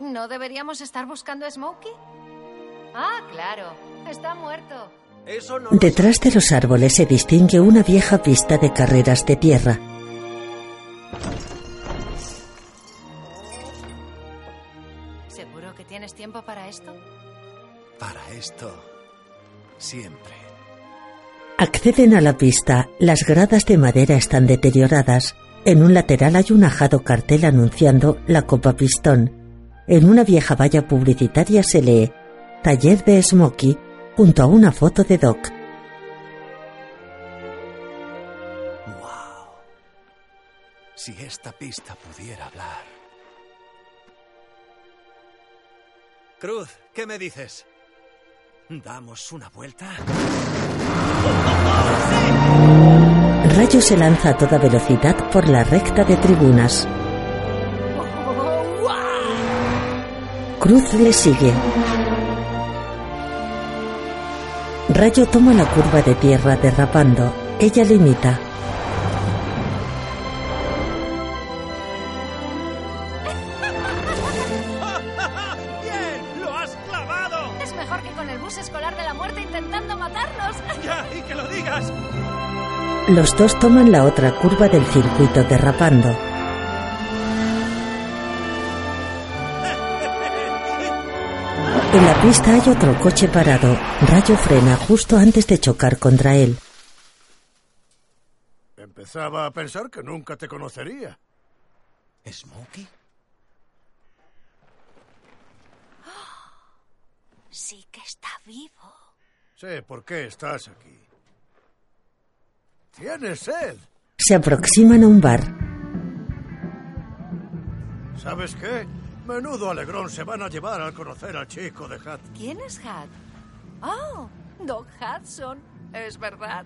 Speaker 9: ¿No deberíamos estar buscando a Smokey? Ah, claro. Está muerto.
Speaker 2: Eso no.
Speaker 1: Detrás de los árboles se distingue una vieja pista de carreras de tierra.
Speaker 9: ¿Seguro que tienes tiempo para esto?
Speaker 2: Para esto, siempre.
Speaker 1: Acceden a la pista. Las gradas de madera están deterioradas. En un lateral hay un ajado cartel anunciando la Copa Pistón. En una vieja valla publicitaria se lee Taller de Smokey junto a una foto de Doc.
Speaker 2: ¡Wow! Si esta pista pudiera hablar. Cruz, ¿qué me dices? ¿Damos una
Speaker 9: [laughs]
Speaker 2: vuelta?
Speaker 1: Rayo se lanza a toda velocidad por la recta de tribunas. Cruz le sigue. Rayo toma la curva de tierra derrapando. Ella le imita.
Speaker 5: [laughs] ¡Bien! ¡Lo has clavado!
Speaker 9: Es mejor que con el bus escolar de la muerte intentando matarnos. [laughs]
Speaker 5: ¡Ya! ¡Y que lo digas!
Speaker 1: Los dos toman la otra curva del circuito derrapando. En la pista hay otro coche parado. Rayo frena justo antes de chocar contra él.
Speaker 25: Empezaba a pensar que nunca te conocería.
Speaker 2: ¿Smokey?
Speaker 9: Sí que está vivo.
Speaker 25: Sé por qué estás aquí. Tienes sed.
Speaker 1: Se aproximan a un bar.
Speaker 25: ¿Sabes qué? Menudo alegrón se van a llevar al conocer al chico de Hat.
Speaker 9: ¿Quién es Hat? Oh, Doc Hudson. Es verdad.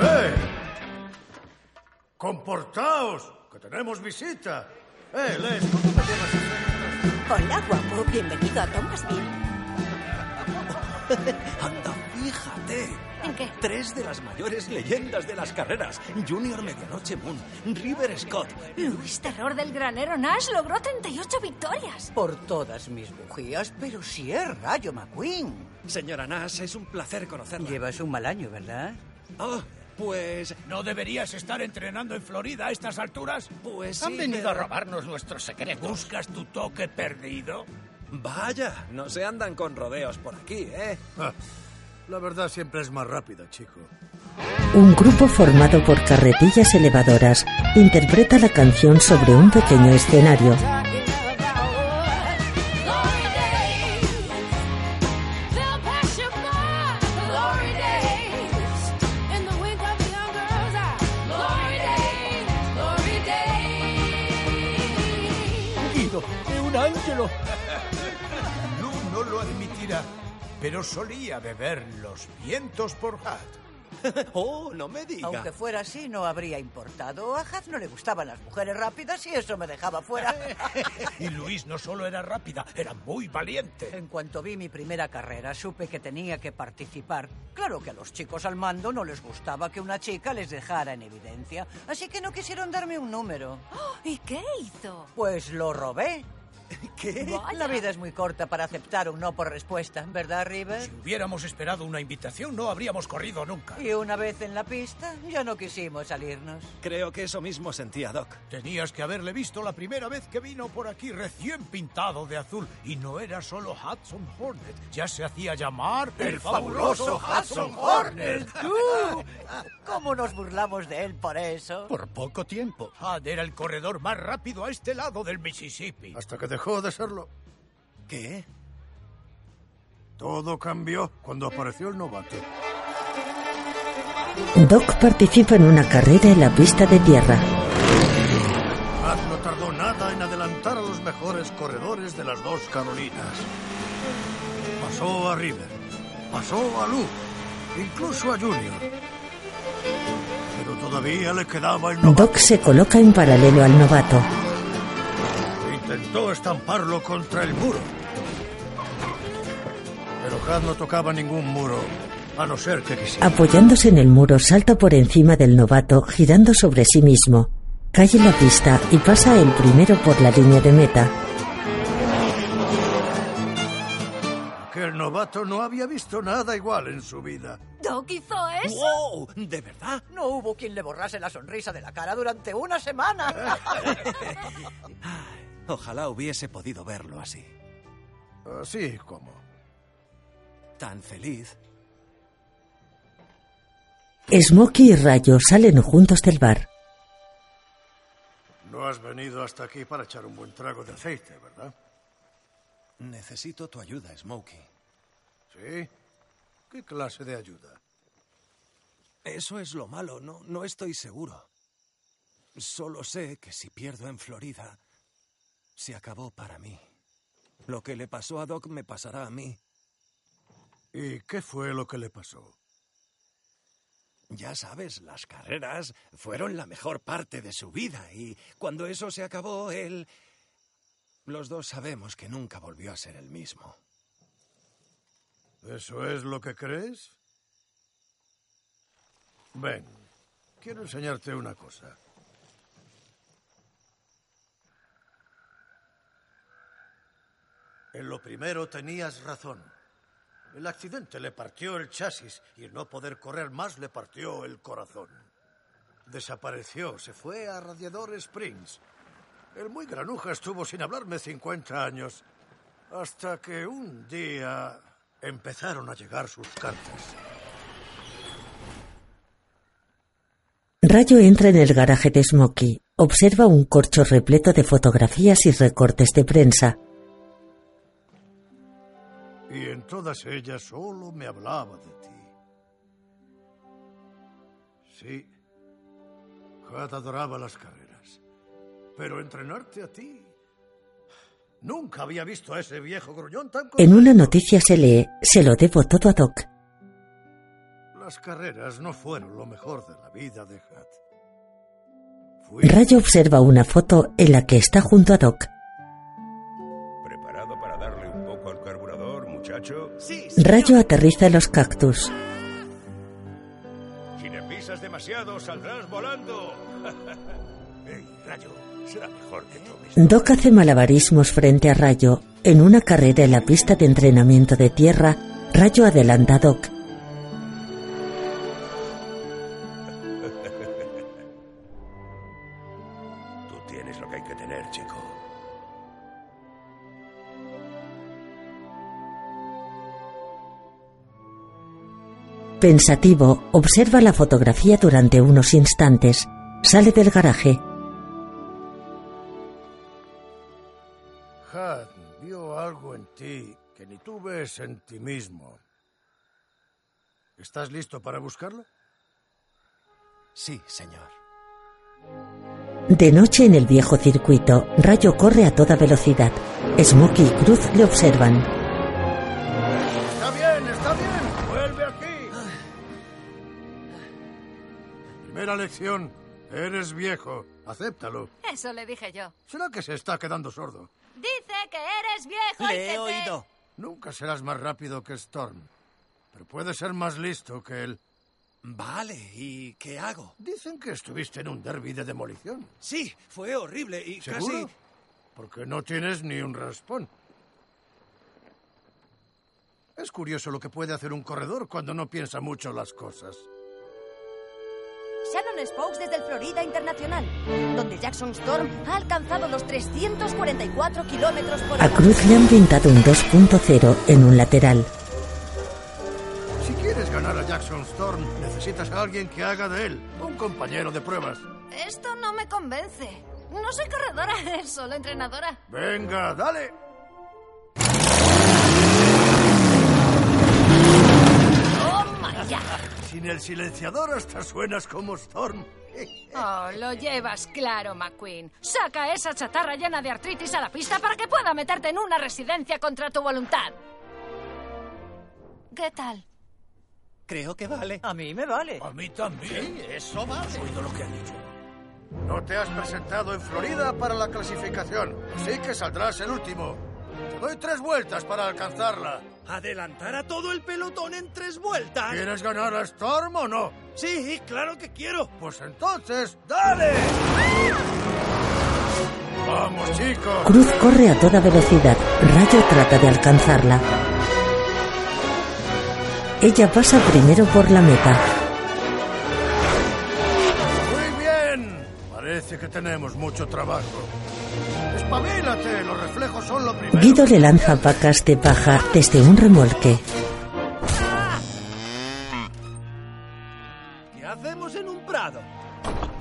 Speaker 25: ¡Eh! ¡Comportaos! ¡Que tenemos visita! ¡Eh, Les! ¿por qué me llevas así?
Speaker 20: Hola, guapo. Bienvenido a Thomasville.
Speaker 2: Anda, fíjate.
Speaker 9: ¿En qué?
Speaker 2: Tres de las mayores leyendas de las carreras. Junior Medianoche Moon, River Scott.
Speaker 9: Luis Terror del Granero Nash logró 38 victorias.
Speaker 20: Por todas mis bujías, pero si es Rayo McQueen.
Speaker 2: Señora Nash, es un placer conocerla.
Speaker 20: Llevas un mal año, ¿verdad?
Speaker 2: Ah, pues...
Speaker 13: ¿No deberías estar entrenando en Florida a estas alturas?
Speaker 2: Pues
Speaker 35: Han
Speaker 2: sí,
Speaker 35: venido a
Speaker 2: pero-
Speaker 35: robarnos nuestros secretos.
Speaker 13: ¿Buscas tu toque perdido?
Speaker 2: Vaya, no se andan con rodeos por aquí, ¿eh?
Speaker 25: Ah, La verdad siempre es más rápida, chico.
Speaker 1: Un grupo formado por carretillas elevadoras interpreta la canción sobre un pequeño escenario.
Speaker 9: ah.
Speaker 13: ¡Guido! ¡Es un ángelo! [laughs] Lu no lo admitirá, pero solía beber los vientos por Hat.
Speaker 2: [laughs] Oh, no me diga. [laughs]
Speaker 20: Aunque fuera así, no habría importado. A Haz no le gustaban las mujeres rápidas y eso me dejaba
Speaker 2: [laughs]
Speaker 20: fuera.
Speaker 13: Y Luis no solo era rápida, era muy valiente.
Speaker 20: En cuanto vi mi primera carrera, supe que tenía que participar. Claro que a los chicos al mando no les gustaba que una chica les dejara en evidencia, así que no quisieron darme un número.
Speaker 9: [gasps] ¿Y qué hizo?
Speaker 20: Pues lo robé.
Speaker 2: [laughs] ¿Qué?
Speaker 9: Vaya.
Speaker 20: La vida es muy corta para aceptar un no por respuesta, ¿verdad, River?
Speaker 13: Si hubiéramos esperado una invitación, no habríamos corrido nunca.
Speaker 20: Y una vez en la pista, ya no quisimos salirnos.
Speaker 2: Creo que eso mismo sentía Doc.
Speaker 13: Tenías que haberle visto la primera vez que vino por aquí recién pintado de azul. Y no era solo Hudson Hornet, ya se hacía llamar
Speaker 20: [laughs]
Speaker 25: ¡El fabuloso Hudson Hornet!
Speaker 13: ¡Tú!
Speaker 20: ¿Cómo nos burlamos de él por eso?
Speaker 31: Por poco tiempo.
Speaker 13: Had era el corredor más rápido a este lado del Mississippi.
Speaker 25: Hasta que dejó de serlo.
Speaker 2: ¿Qué?
Speaker 25: Todo cambió cuando apareció el novato.
Speaker 1: Doc participa en una carrera en la pista de tierra.
Speaker 25: Had no tardó nada en adelantar a los mejores corredores de las dos Carolinas. Pasó a River, pasó a Lu, incluso a Junior. Pero todavía le quedaba el novato.
Speaker 1: Doc se coloca en paralelo al novato.
Speaker 25: Intentó estamparlo contra el muro. Pero Had no tocaba ningún muro, a no ser que quisiera.
Speaker 1: Apoyándose en el muro, salta por encima del novato, girando sobre sí mismo. Cae en la pista y pasa el primero por la línea de meta.
Speaker 25: Aquel novato no había visto nada igual en su vida.
Speaker 36: ¿Doc hizo eso?
Speaker 2: ¡Wow! ¿De
Speaker 20: Ah,
Speaker 2: verdad?
Speaker 20: No hubo quien le borrase la sonrisa de la cara durante una semana.
Speaker 2: Ojalá hubiese podido verlo así.
Speaker 25: Así como.
Speaker 2: Tan feliz.
Speaker 1: Smokey y Rayo salen juntos del bar.
Speaker 25: No has venido hasta aquí para echar un buen trago de aceite, ¿verdad?
Speaker 2: Necesito tu ayuda, Smokey.
Speaker 25: ¿Sí? ¿Qué clase de ayuda?
Speaker 2: Eso es lo malo, no, no estoy seguro. Solo sé que si pierdo en Florida, se acabó para mí. Lo que le pasó a Doc me pasará a mí.
Speaker 25: ¿Y qué fue lo que le pasó?
Speaker 2: Ya sabes, las carreras fueron la mejor parte de su vida y cuando eso se acabó, él... Los dos sabemos que nunca volvió a ser el mismo.
Speaker 25: ¿Eso es lo que crees? Ven, quiero enseñarte una cosa. En lo primero tenías razón. El accidente le partió el chasis y el no poder correr más le partió el corazón. Desapareció, se fue a Radiador Springs. El muy granuja estuvo sin hablarme 50 años, hasta que un día empezaron a llegar sus cartas.
Speaker 1: Rayo entra en el garaje de Smokey. Observa un corcho repleto de fotografías y recortes de prensa.
Speaker 25: Y en todas ellas solo me hablaba de ti. Sí, Had adoraba las carreras. Pero entrenarte a ti. Nunca había visto a ese viejo gruñón tan.
Speaker 1: En una noticia se lee, se lo debo todo a Doc.
Speaker 25: Las carreras no fueron lo mejor de la vida de [laughs] Had.
Speaker 1: Rayo observa una foto en la que está junto a Doc.
Speaker 29: ¿Preparado para darle un poco al carburador, muchacho? Sí,
Speaker 1: Rayo aterriza en los cactus.
Speaker 29: Si le pisas demasiado, saldrás
Speaker 2: [laughs]
Speaker 29: volando. Ey, rayo, será mejor que tomes.
Speaker 1: Doc hace malabarismos frente a Rayo. En una carrera en la pista de entrenamiento de tierra, Rayo adelanta a Doc.
Speaker 29: Tú tienes lo que hay que tener, chico.
Speaker 1: Pensativo, observa la fotografía durante unos instantes. Sale del garaje.
Speaker 25: Had vio algo en ti que ni tú ves en ti mismo. ¿Estás listo para buscarlo?
Speaker 2: Sí, señor.
Speaker 1: De noche en el viejo circuito, Rayo corre a toda velocidad. Smokey y Cruz le observan.
Speaker 25: Está bien, está bien. Vuelve aquí. Primera lección. Eres viejo. Acéptalo.
Speaker 36: Eso le dije yo.
Speaker 25: ¿Será que se está quedando sordo?
Speaker 36: Dice que eres viejo y que te-
Speaker 25: Nunca serás más rápido que Storm. Pero puedes ser más listo que él.
Speaker 2: Vale, ¿y qué hago?
Speaker 25: Dicen que estuviste en un derby de demolición.
Speaker 2: Sí, fue horrible y
Speaker 25: ¿Seguro?
Speaker 2: casi...
Speaker 25: Porque no tienes ni un raspón. Es curioso lo que puede hacer un corredor cuando no piensa mucho las cosas.
Speaker 37: Shannon Spokes desde el Florida Internacional, donde Jackson Storm
Speaker 9: ah,
Speaker 37: ha alcanzado los 344 kilómetros por
Speaker 1: A
Speaker 37: hora.
Speaker 1: Cruz le han pintado un 2.0 en un lateral.
Speaker 25: Si quieres ganar a Jackson Storm, necesitas a alguien que haga de él un compañero de pruebas.
Speaker 9: Esto no me convence. No soy [laughs] corredora, solo entrenadora.
Speaker 25: Venga, dale.
Speaker 9: ¡Toma ya!
Speaker 25: Sin el silenciador hasta suenas como Storm.
Speaker 9: Oh, lo llevas claro, McQueen. Saca esa chatarra llena de artritis a la pista para que pueda meterte en una residencia contra tu voluntad. ¿Qué tal? [laughs]
Speaker 2: Creo que vale.
Speaker 20: A mí me vale.
Speaker 25: A mí también.
Speaker 38: eso vale.
Speaker 25: oído lo que han dicho. No te has presentado en Florida para la clasificación, así que saldrás el último. Te doy tres vueltas para alcanzarla.
Speaker 2: ¿Adelantar a todo el pelotón en tres vueltas?
Speaker 25: ¿Quieres ganar a Storm o no?
Speaker 2: Sí, claro que quiero.
Speaker 25: Pues entonces, ¡dale! ¡Vamos, chicos!
Speaker 1: Cruz corre a toda velocidad. Rayo trata de alcanzarla. Ella pasa primero por la meta.
Speaker 25: ¡Muy bien! Parece que tenemos mucho trabajo. ¡Espabilate! Los reflejos son lo primero.
Speaker 1: Guido le lanza vacas de paja desde un remolque.
Speaker 2: ¿Qué hacemos en un prado?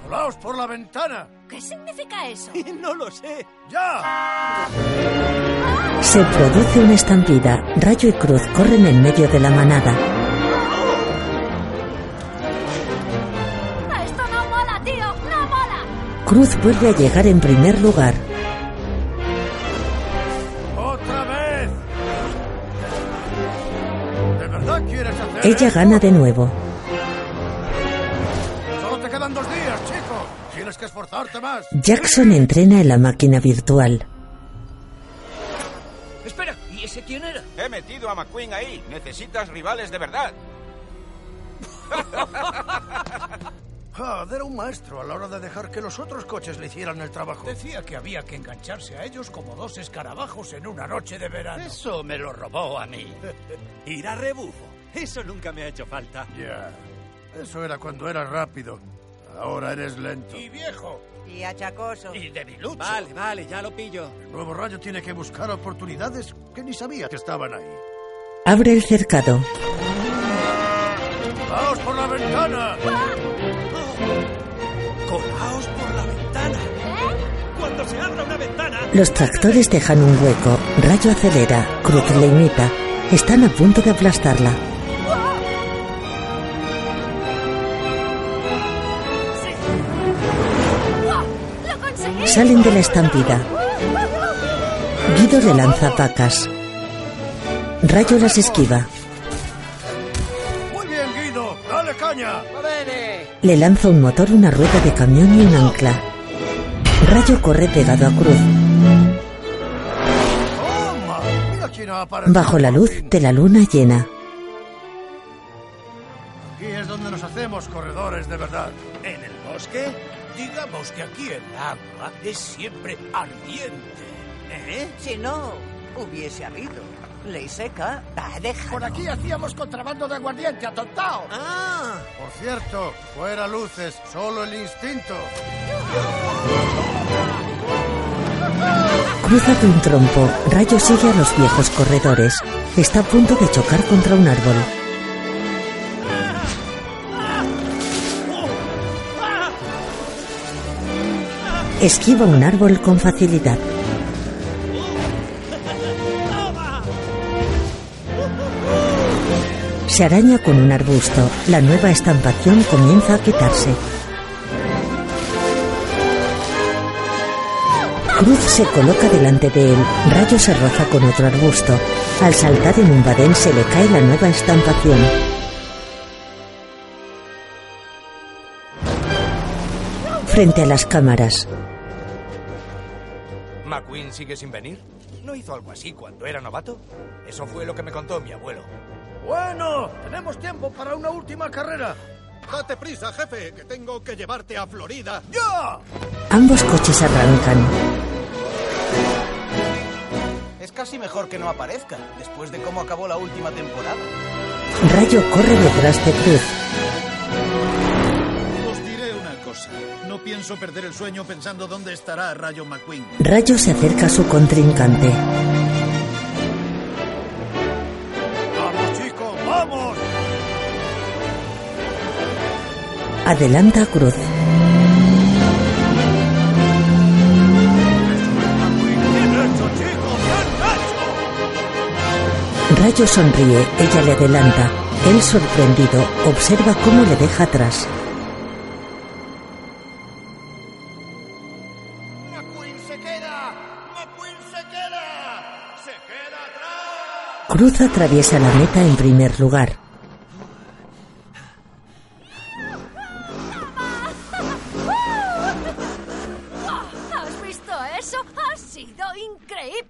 Speaker 25: ¡Volaos por la ventana!
Speaker 9: ¿Qué significa eso?
Speaker 2: no lo sé.
Speaker 25: ¡Ya!
Speaker 1: Se produce una estampida. Rayo y Cruz corren en medio de la manada.
Speaker 9: Ah, Esto no mola, tío. No mola.
Speaker 1: Cruz vuelve a llegar en primer lugar.
Speaker 25: ¡Otra vez! ¿De verdad quieres hacer
Speaker 1: Ella
Speaker 25: esto?
Speaker 1: gana de nuevo.
Speaker 25: Solo te quedan dos días, chico. Tienes que esforzarte más.
Speaker 1: Jackson entrena en la máquina virtual.
Speaker 8: Espera, ¿y ese quién era? He metido a McQueen ahí. Necesitas rivales de verdad.
Speaker 25: Hard era un maestro a la hora de dejar que los otros coches le hicieran el trabajo.
Speaker 13: Decía que había que engancharse a ellos como dos escarabajos en una noche de verano.
Speaker 38: Eso me lo robó a mí.
Speaker 2: [laughs] Ir a rebufo. Eso nunca me ha hecho falta.
Speaker 25: Ya. Eso era cuando eras rápido. Ahora eres lento.
Speaker 13: Y viejo.
Speaker 20: Y achacoso.
Speaker 38: Y debilucho.
Speaker 2: Vale, vale, ya lo pillo.
Speaker 25: El nuevo rayo tiene que buscar oportunidades que ni sabía que estaban ahí.
Speaker 1: Abre el cercado.
Speaker 25: ¡Vamos por la ventana!
Speaker 2: Colaos por la ventana. Cuando se abra una ventana.
Speaker 1: Los tractores dejan un hueco. Rayo acelera. Cruz le imita. Están a punto de aplastarla. Salen de la estampida. Guido le lanza pacas. Rayo las esquiva.
Speaker 25: Muy bien, Guido. Dale caña.
Speaker 1: Le lanza un motor, una rueda de camión y un ancla. Rayo corre pegado a Cruz.
Speaker 25: Toma. Mira quién ha aparecido.
Speaker 1: Bajo la luz de la luna llena.
Speaker 25: Aquí es donde nos hacemos corredores de verdad.
Speaker 13: ¿En el bosque? Digamos que aquí el agua es siempre ardiente. ¿Eh?
Speaker 20: Si no, hubiese habido. Ley seca. Ah, deja.
Speaker 39: Por aquí hacíamos contrabando de aguardiente, atontao.
Speaker 20: Ah.
Speaker 25: Por cierto, fuera luces, solo el instinto.
Speaker 1: Cruza de un trompo. Rayo sigue a los viejos corredores. Está a punto de chocar contra un árbol. Esquiva un árbol con facilidad. Se araña con un arbusto. La nueva estampación comienza a quitarse. Cruz se coloca delante de él. Rayo se roza con otro arbusto. Al saltar en un badén se le cae la nueva estampación. Frente a las cámaras,
Speaker 8: ¿McQueen sigue sin venir? ¿No hizo algo así cuando era novato? Eso fue lo que me contó mi abuelo.
Speaker 25: Bueno, tenemos tiempo para una última carrera.
Speaker 5: Date prisa, jefe, que tengo que llevarte a Florida.
Speaker 25: ¡Ya!
Speaker 1: ambos coches arrancan.
Speaker 40: [laughs] Es casi mejor que no aparezca, después de cómo acabó la última temporada.
Speaker 1: Rayo corre detrás de Cruz.
Speaker 5: Os diré una cosa. No pienso perder el sueño pensando dónde estará Rayo McQueen.
Speaker 1: Rayo se acerca a su contrincante.
Speaker 25: ¡Vamos, chico, vamos!
Speaker 1: Adelanta a Cruz. Rayo sonríe, ella le adelanta. Él, sorprendido, observa cómo le deja atrás. Cruz atraviesa la meta en primer lugar.
Speaker 9: Oh, ¿Has visto eso? ¡Ha sido increíble!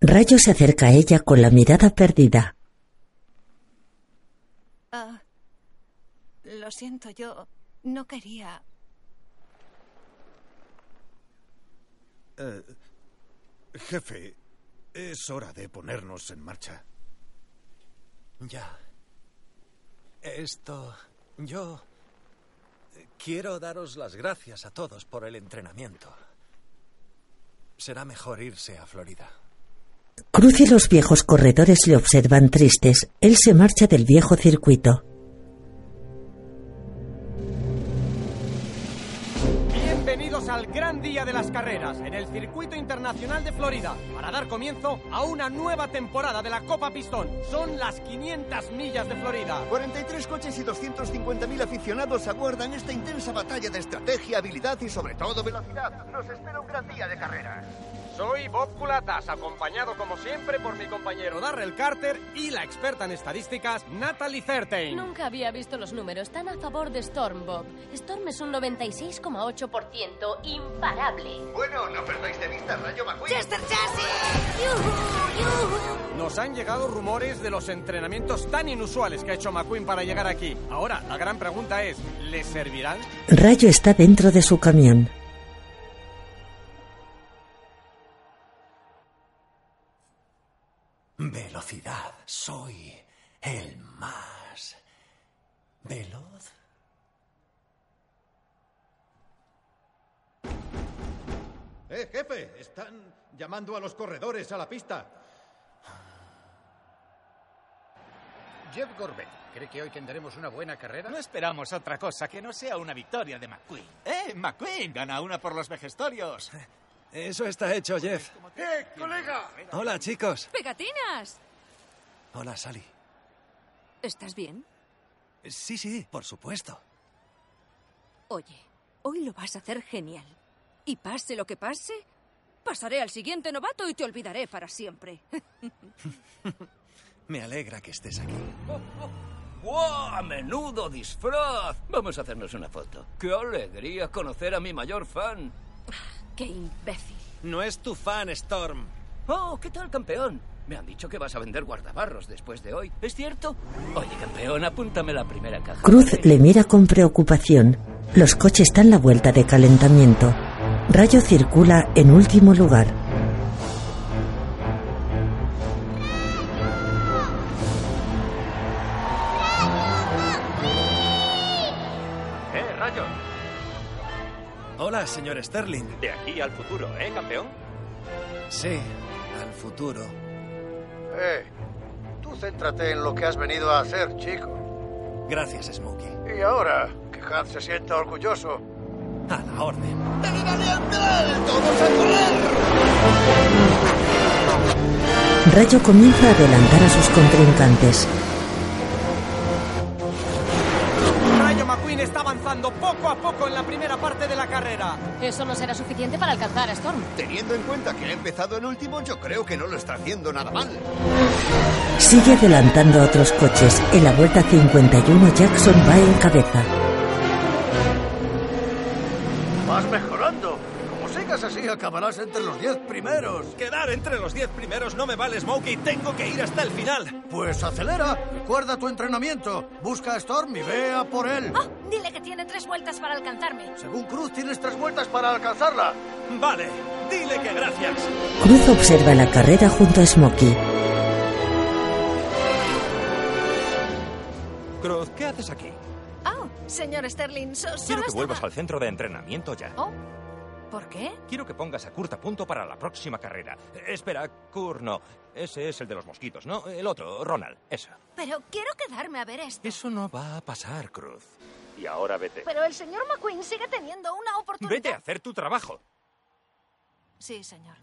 Speaker 1: Rayo se acerca a ella con la mirada perdida.
Speaker 36: Ah, lo siento, yo no quería.
Speaker 30: Eh, jefe, es hora de ponernos en marcha.
Speaker 2: Ya. Esto... Yo... eh, Quiero daros las gracias a todos por el entrenamiento. Será mejor irse a Florida.
Speaker 1: Cruz y los viejos corredores le observan tristes. Él se marcha del viejo circuito.
Speaker 8: Bienvenidos al gran día de las carreras en el Circuito Internacional de Florida para dar comienzo a una nueva temporada de la Copa Pistón. Son las 500 millas de Florida.
Speaker 21: 43 coches y 250.000 aficionados aguardan este esta intensa batalla de estrategia, habilidad y sobre todo velocidad. Nos espera un gran día de carreras.
Speaker 8: Soy Bob Culatas, acompañado como siempre por mi compañero Darrell Carter y la experta en estadísticas Natalie Certain.
Speaker 9: Nunca había visto los números tan a favor de Storm, Bob. Storm es un 96,8% imparable.
Speaker 21: Bueno, no perdáis de vista Rayo McQueen.
Speaker 9: ¡Chester Chassis! ¡Yujú, yujú!
Speaker 8: Nos han llegado rumores de los entrenamientos tan inusuales que ha hecho McQueen para llegar aquí. Ahora, la gran pregunta es, ¿les servirán?
Speaker 1: Rayo está dentro de su camión.
Speaker 2: Velocidad. Soy el más... ¿Veloz?
Speaker 30: ¡Eh, jefe! Están llamando a los corredores a la pista.
Speaker 31: Jeff Gorbett, ¿cree que hoy tendremos una buena carrera?
Speaker 28: No esperamos otra cosa que no sea una victoria de McQueen. ¡Eh, McQueen! Gana una por los vejestorios.
Speaker 2: [laughs] Eso está hecho, Jeff.
Speaker 21: ¡Eh, colega!
Speaker 2: Hola, chicos.
Speaker 9: ¡Pegatinas!
Speaker 2: Hola, Sally.
Speaker 41: ¿Estás bien?
Speaker 2: Sí, sí, por supuesto.
Speaker 41: Oye, hoy lo vas a hacer genial. Y pase lo que pase, pasaré al siguiente novato y te olvidaré para siempre.
Speaker 2: Me alegra que estés aquí.
Speaker 30: Oh,
Speaker 14: ¡Wow! ¡A menudo disfraz! Vamos a hacernos una foto. ¡Qué alegría conocer a mi mayor fan!
Speaker 41: ¡Qué imbécil!
Speaker 2: No es tu fan, Storm.
Speaker 14: ¡Oh! ¿Qué tal, campeón? Me han dicho que vas a vender guardabarros después de hoy. ¿Es cierto? Oye, campeón, apúntame la primera caja.
Speaker 1: Cruz le mira con preocupación. Los coches dan la vuelta de calentamiento. Rayo circula en último lugar.
Speaker 26: ¡Eh, Rayo!
Speaker 2: Hola, señor Sterling.
Speaker 26: De aquí al futuro, ¿eh, campeón?
Speaker 2: Sí, al futuro.
Speaker 21: Eh, tú céntrate en lo que has venido a hacer, chico.
Speaker 2: Gracias, Smokey.
Speaker 21: Y ahora, que Hans se sienta orgulloso.
Speaker 2: A la orden.
Speaker 21: ¡Dale, valiente! ¡Todos a correr!
Speaker 1: Rayo comienza a adelantar a sus contrincantes.
Speaker 41: Rayo McQueen está avanzando poco a poco en la primera parte de la carrera.
Speaker 9: Eso no será suficiente para alcanzar a Storm.
Speaker 21: Teniendo en cuenta que ha empezado el último, yo creo que no lo está haciendo nada mal.
Speaker 1: Sigue adelantando a otros coches. En la vuelta 51 Jackson va en cabeza.
Speaker 25: Vas mejorando. Como sigas así, acabarás entre los 10 primeros.
Speaker 2: Quedar entre los 10 primeros no me vale, Smokey. Tengo que ir hasta el final.
Speaker 25: Pues acelera, recuerda tu entrenamiento, busca a Storm y vea por él.
Speaker 9: ¡Ah! Dile que tiene tres vueltas para alcanzarme.
Speaker 25: Según Cruz, tienes tres vueltas para alcanzarla.
Speaker 2: Vale, dile que gracias.
Speaker 1: Cruz observa la carrera junto a Smokey.
Speaker 26: Cruz, ¿qué haces aquí?
Speaker 9: ¡Oh! Señor Sterling, so-
Speaker 26: Quiero que
Speaker 9: solo estaba-
Speaker 26: vuelvas al centro de entrenamiento ya.
Speaker 9: Oh, ¿Por qué?
Speaker 7: Quiero que pongas a Kurt a punto para la próxima carrera. Eh, espera, Kurt no. Ese es el de los mosquitos, ¿no? El otro, Ronald. Eso.
Speaker 9: Pero quiero quedarme a ver esto.
Speaker 7: Eso no va a pasar, Cruz. Y ahora
Speaker 9: Pues
Speaker 7: vete.
Speaker 17: Pero el señor McQueen sigue teniendo una oportunidad.
Speaker 7: Vete a hacer tu trabajo.
Speaker 9: Sí, señor.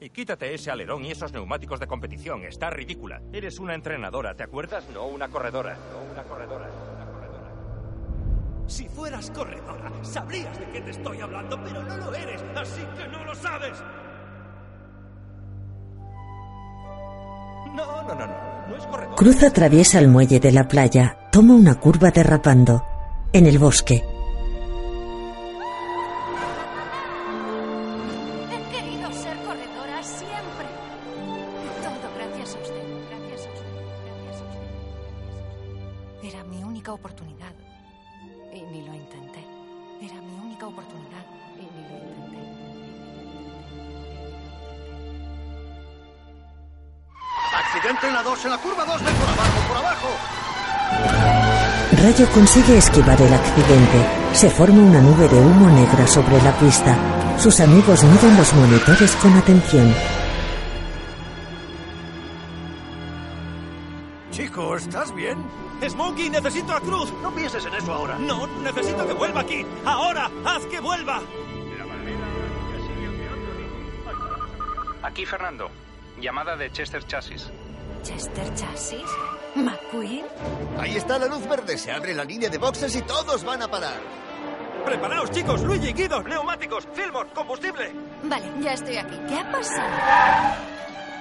Speaker 7: Y quítate ese alerón y esos neumáticos de competición. Está ridícula. Eres una entrenadora, ¿te acuerdas? No una corredora. No una corredora.
Speaker 2: Si fueras corredora, sabrías de qué te estoy hablando, pero no lo eres, así que no lo sabes.
Speaker 7: No, no, no, no. No es corredora.
Speaker 1: Cruz atraviesa el muelle de la playa, toma una curva derrapando. En el bosque,
Speaker 17: He querido ser corredora siempre. Todo gracias a usted. Gracias a usted. Gracias a usted.
Speaker 9: Era mi única oportunidad. Y ni lo intenté. Era mi única oportunidad. Y ni lo intenté.
Speaker 25: Accidente en la 2, en la curva 2, ven por abajo, por abajo.
Speaker 1: Rayo consigue esquivar el accidente. Se forma una nube de humo negra sobre la pista. Sus amigos miran los monitores con atención.
Speaker 25: Chico, ¿estás bien?
Speaker 2: Smokey, necesito a Cruz.
Speaker 25: No pienses en eso ahora.
Speaker 2: No, necesito que vuelva aquí. Ahora, haz que vuelva.
Speaker 5: Aquí Fernando. Llamada de Chester Chasis.
Speaker 9: ¿Chester Chasis? ¿McQueen?
Speaker 42: Ahí está la luz verde, se abre la línea de boxes y todos van a parar.
Speaker 2: Preparaos, chicos. Luigi, Guido, neumáticos, Fillmore, combustible.
Speaker 9: Vale, ya estoy aquí. ¿Qué ha pasado?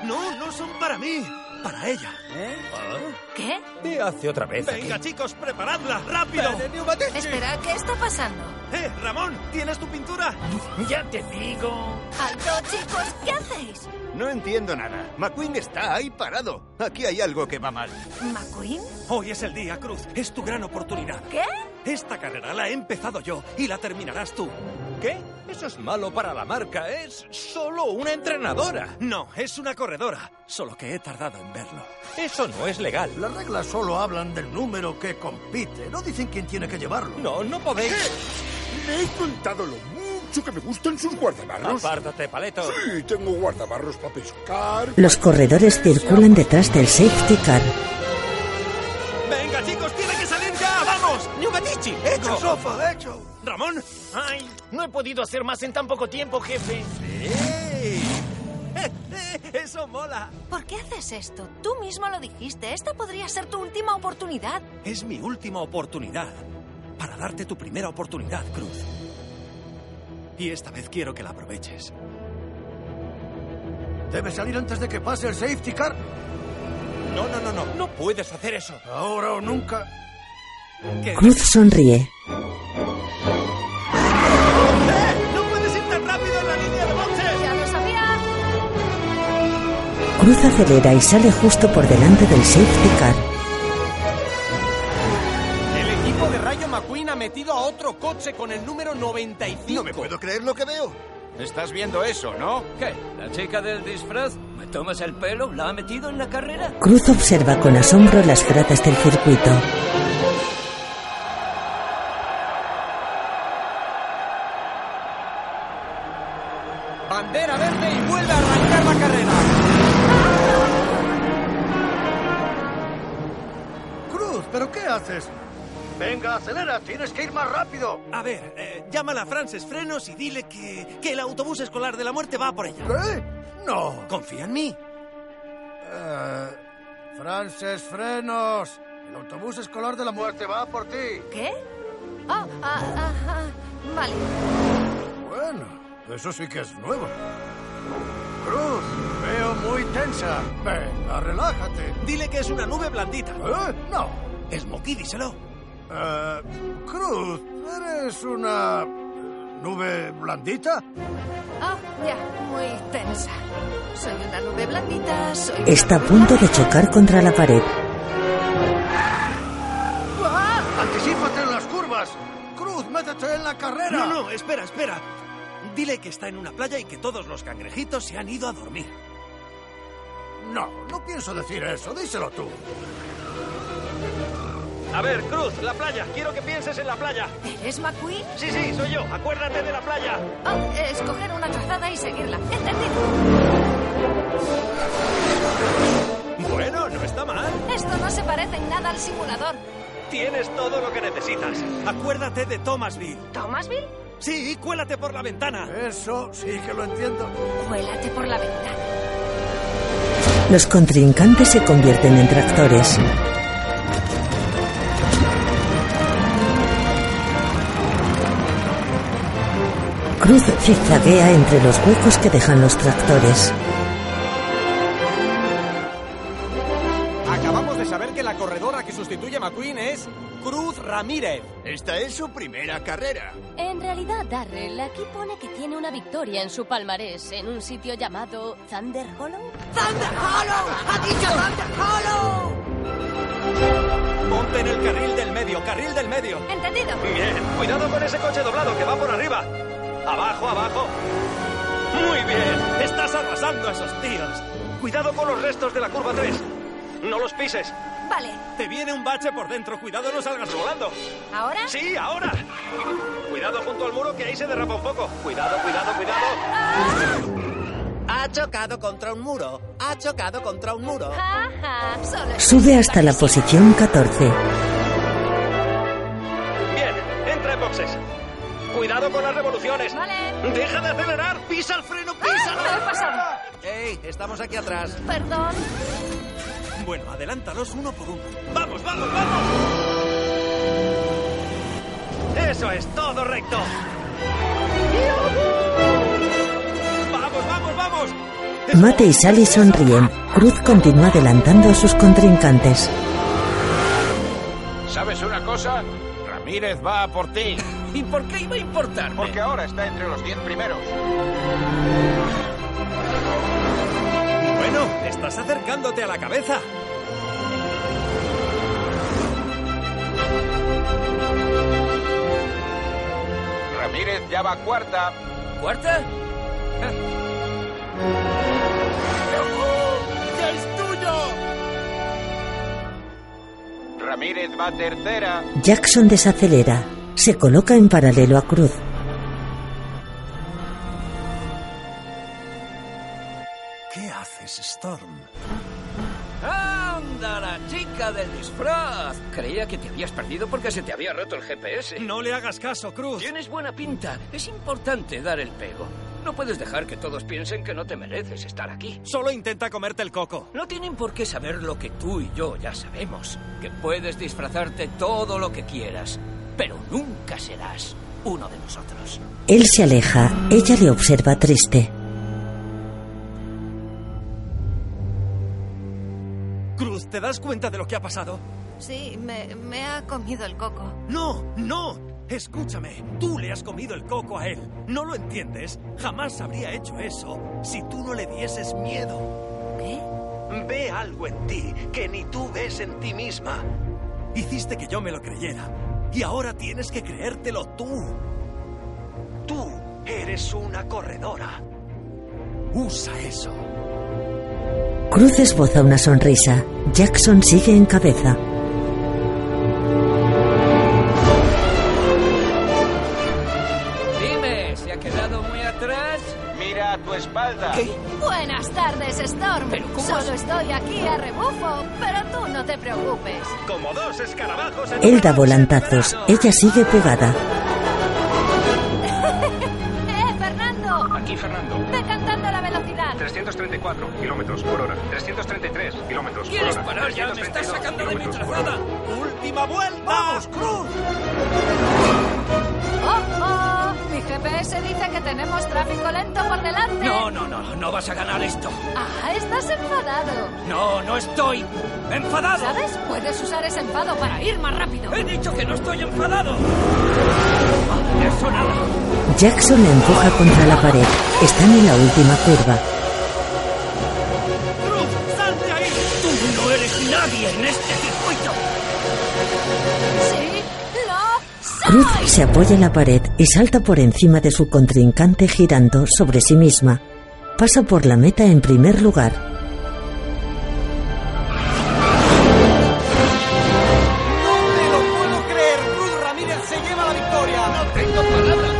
Speaker 2: No, no son para mí. Para ella.
Speaker 42: ¿Ah?
Speaker 9: ¿Qué?
Speaker 7: ¿Qué hace otra vez? aquí?
Speaker 2: Venga, chicos, preparadla, rápido.
Speaker 9: Espera, ¿qué está pasando?
Speaker 2: Eh, Ramón, ¿tienes tu pintura?
Speaker 5: Ya te digo.
Speaker 9: ¡Alto, chicos! ¿Qué hacéis?
Speaker 42: No entiendo nada. McQueen está ahí parado. Aquí hay algo que va mal.
Speaker 9: ¿McQueen?
Speaker 2: Hoy es el día, Cruz. Es tu gran oportunidad.
Speaker 9: ¿Qué?
Speaker 2: Esta carrera la he empezado yo y la terminarás tú.
Speaker 7: ¿Qué? Eso es malo para la marca. Es solo una entrenadora.
Speaker 2: No, es una corredora. Solo que he tardado en verlo.
Speaker 7: Eso no es legal.
Speaker 25: Las reglas solo hablan del número que compite, no dicen quién tiene que llevarlo.
Speaker 7: No, no podéis.
Speaker 3: Le he contado lo mucho que me gustan sus guardabarros.
Speaker 7: Apártate, paleto.
Speaker 3: Sí, tengo guardabarros para pescar.
Speaker 1: Los corredores circulan detrás del safety car.
Speaker 2: Venga, chicos, tiene que salir ya. ¡Vamos! ¡Neumatici!
Speaker 25: ¡Hecho, Sofa, hecho!
Speaker 2: Ramón,
Speaker 5: Ay, no he podido hacer más en tan poco tiempo, jefe.
Speaker 2: ¡Ey! [laughs] Eso mola.
Speaker 9: ¿Por qué haces esto? Tú mismo lo dijiste. Esta podría ser tu última oportunidad.
Speaker 2: Es mi última oportunidad para darte tu primera oportunidad, Cruz. Y esta vez quiero que la aproveches.
Speaker 25: Debe salir antes de que pase el safety car.
Speaker 7: No, no, no, no. No puedes hacer eso.
Speaker 25: Ahora o nunca.
Speaker 1: Cruz sonríe.
Speaker 2: ¡No puedes ir tan rápido en la línea de boxes!
Speaker 17: ¡Ya lo sabía!
Speaker 1: Cruz acelera y sale justo por delante del safety car.
Speaker 43: El equipo de Rayo McQueen ha metido a otro coche con el número 95.
Speaker 42: No me puedo creer lo que veo.
Speaker 8: Estás viendo eso, ¿no?
Speaker 14: ¿Qué? ¿La chica del disfraz? ¿Me tomas el pelo? ¿La ha metido en la carrera?
Speaker 1: Cruz observa con asombro las gradas del circuito.
Speaker 43: Bandera verde y vuelve a arrancar la carrera.
Speaker 25: Cruz, ¿pero qué haces? Venga, acelera, tienes que ir más rápido.
Speaker 2: A ver, eh, llámala a Frances Frenos y dile que, que el autobús escolar de la muerte va por ella.
Speaker 25: ¿Qué? No.
Speaker 2: Confía en mí.
Speaker 25: Eh, Frances Frenos, el autobús escolar de la muerte va por ti.
Speaker 9: ¿Qué? Ah, ah, ah, ah. Vale.
Speaker 25: Bueno, eso sí que es nuevo. Cruz, veo muy tensa. Venga, relájate.
Speaker 2: Dile que es una nube blandita.
Speaker 25: ¿Eh? No.
Speaker 2: Smokey, díselo.
Speaker 25: Eh, Cruz, ¿eres una eh, nube blandita?
Speaker 9: Ah, ya, muy tensa. Soy una nube blandita, soy... una
Speaker 1: Está a
Speaker 9: nube
Speaker 1: punto de chocar contra la pared.
Speaker 25: Anticípate en las curvas. Cruz, métete en la carrera.
Speaker 2: No, no, espera, espera. Dile que está en una playa y que todos los cangrejitos se han ido a dormir.
Speaker 25: No, no pienso decir eso. Díselo tú.
Speaker 2: A ver, Cruz, la playa. Quiero que pienses en la playa.
Speaker 9: ¿Eres McQueen?
Speaker 2: Sí, sí, soy yo. Acuérdate de la playa.
Speaker 9: Oh, escoger una trazada y seguirla. Entendido.
Speaker 2: Bueno, no está mal.
Speaker 9: Esto no se parece en nada al simulador.
Speaker 2: Tienes todo lo que necesitas. Acuérdate de Thomasville.
Speaker 9: ¿Thomasville?
Speaker 2: Sí, cuélate por la ventana.
Speaker 5: Eso sí que lo entiendo.
Speaker 9: Cuélate por la ventana.
Speaker 1: Los contrincantes se convierten en tractores. Cruz zigzaguea entre los huecos que dejan los tractores.
Speaker 8: Acabamos de saber que la corredora que sustituye a McQueen es Cruz Ramírez.
Speaker 44: Esta es su primera carrera.
Speaker 16: En realidad, Darrell, aquí pone que tiene una victoria en su palmarés en un sitio llamado Thunder Hollow.
Speaker 45: ¡Thunder Hollow! ¡Ha dicho Thunder Hollow!
Speaker 2: Ponte en el carril del medio, carril del medio.
Speaker 9: Entendido.
Speaker 2: Bien, cuidado con ese coche doblado que va por arriba. Abajo, abajo. Muy bien, estás arrasando a esos tíos. Cuidado con los restos de la curva 3. No los pises.
Speaker 9: Vale.
Speaker 2: Te viene un bache por dentro, cuidado no salgas volando.
Speaker 9: ¿Ahora?
Speaker 2: Sí, ahora. Cuidado junto al muro que ahí se derrapa un poco. Cuidado, cuidado, cuidado.
Speaker 45: Ha chocado contra un muro. Ha chocado contra un muro.
Speaker 9: Ajá. Solo es
Speaker 1: Sube hasta la posición 14.
Speaker 2: Bien, entra en boxes. Cuidado con las revoluciones.
Speaker 9: Vale.
Speaker 2: Deja de acelerar, pisa el freno, pisa.
Speaker 9: ¡Ah! Me he pasado.
Speaker 45: ¡Ey! Estamos aquí atrás.
Speaker 9: Perdón.
Speaker 2: Bueno, adelántalos uno por uno. ¡Vamos, vamos, vamos! Eso es todo recto. ¡Vamos, vamos, vamos!
Speaker 1: Mate y Sally sonríen. Cruz continúa adelantando a sus contrincantes.
Speaker 7: ¿Sabes una cosa? Ramírez va a por ti.
Speaker 14: ¿Y por qué iba a importarme?
Speaker 7: Porque ahora está entre los 10 primeros.
Speaker 2: Bueno, estás acercándote a la cabeza.
Speaker 7: Ramírez ya va cuarta.
Speaker 14: ¿Cuarta?
Speaker 7: ¡Ya es tuyo! Ramírez va tercera.
Speaker 1: Jackson desacelera. Se coloca en paralelo a Cruz.
Speaker 2: ¿Qué haces, Storm?
Speaker 14: ¡Anda, la chica del disfraz! Creía que te habías perdido porque se te había roto el GPS.
Speaker 2: No le hagas caso, Cruz.
Speaker 14: Tienes buena pinta. Es importante dar el pego. No puedes dejar que todos piensen que no te mereces estar aquí.
Speaker 2: Solo intenta comerte el coco.
Speaker 14: No tienen por qué saber lo que tú y yo ya sabemos. Que puedes disfrazarte todo lo que quieras, pero nunca serás uno de nosotros.
Speaker 1: Él se aleja. Ella le observa triste.
Speaker 2: Cruz, ¿te das cuenta de lo que ha pasado?
Speaker 9: Sí, me, me ha comido el coco.
Speaker 2: No, no. Escúchame, tú le has comido el coco a él. ¿No lo entiendes? Jamás habría hecho eso si tú no le dieses miedo.
Speaker 14: ¿Eh?
Speaker 9: ¿Qué?
Speaker 2: Ve algo en ti que ni tú ves en ti misma. Hiciste que yo me lo creyera y ahora tienes que creértelo tú. Tú eres una corredora. Usa eso.
Speaker 1: Cruz esboza una sonrisa. Jackson sigue en cabeza.
Speaker 14: Dime, ¿se ha quedado muy atrás?
Speaker 7: Mira a tu espalda.
Speaker 9: Buenas tardes, Storm. Solo estoy aquí a rebufo, pero tú no te preocupes.
Speaker 2: Como dos escarabajos en
Speaker 1: Él
Speaker 2: una
Speaker 1: da
Speaker 2: noche.
Speaker 1: volantazos. Ella sigue pegada.
Speaker 9: ¡Eh, Fernando!
Speaker 7: Aquí Fernando.
Speaker 9: ¡Ve cantando la velocidad!
Speaker 7: 334 kilómetros por hora. 333 kilómetros por hora.
Speaker 14: ¿Quieres parar ya? ¡Me estás sacando de mi trazada!
Speaker 2: ¡Última vuelta! ¡Vamos, Cruz!
Speaker 9: ¡Oh, oh! Mi GPS dice que tenemos tráfico lento por delante.
Speaker 14: No, no, no, no vas a ganar esto.
Speaker 9: Ah, estás enfadado.
Speaker 14: No, no estoy enfadado.
Speaker 9: ¿Sabes? Puedes usar ese enfado para ir más rápido.
Speaker 14: He dicho que no estoy enfadado. Vale, eso nada.
Speaker 1: Jackson la empuja contra la pared. Están en la última curva.
Speaker 14: Cruz, salte ahí. Tú no eres nadie en este circuito.
Speaker 9: Sí, lo
Speaker 1: Cruz
Speaker 14: este
Speaker 1: se apoya en la pared y salta por encima de su contrincante girando sobre sí misma. Pasa por la meta en primer lugar.
Speaker 2: ¡No
Speaker 13: tengo palabras.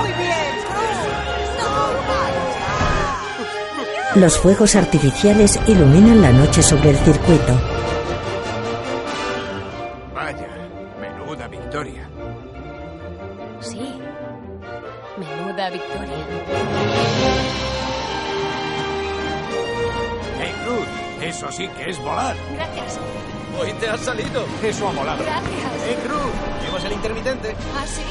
Speaker 46: Muy bien, Cruz. No vayas.
Speaker 1: Los fuegos artificiales iluminan la noche sobre el circuito.
Speaker 13: Vaya, menuda victoria.
Speaker 16: Sí. Menuda victoria.
Speaker 13: ¡Hey, Cruz! Eso sí que es volar.
Speaker 9: Gracias.
Speaker 47: Hoy te has salido.
Speaker 13: Eso ha volado.
Speaker 9: Gracias.
Speaker 47: ¡Eh, Cruz! ¿Llevas el intermitente?
Speaker 9: ¿Ah, sí?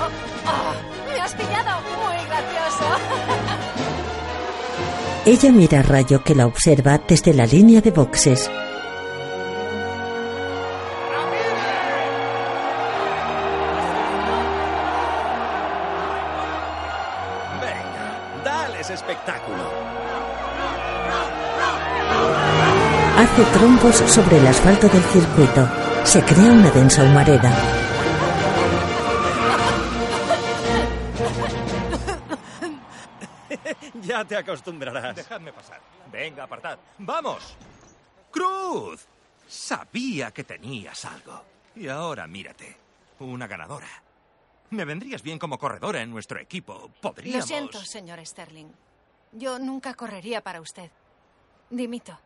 Speaker 9: Oh, oh, ¡Me has pillado! Muy
Speaker 5: [laughs]
Speaker 9: gracioso.
Speaker 1: Ella mira a Rayo que la observa desde la línea de boxes.
Speaker 2: Venga, dales espectáculo.
Speaker 1: Hace trompos sobre el asfalto del circuito. Se crea una densa humareda.
Speaker 2: ya te acostumbrarás.
Speaker 48: Dejadme pasar. Venga, apartad. ¡Vamos! ¡Cruz! Sabía que tenías algo. Y ahora mírate. Una ganadora. Me vendrías bien como corredora en nuestro equipo. Podríamos.
Speaker 9: Lo siento, señor Sterling. Yo nunca correría para usted. Dimito.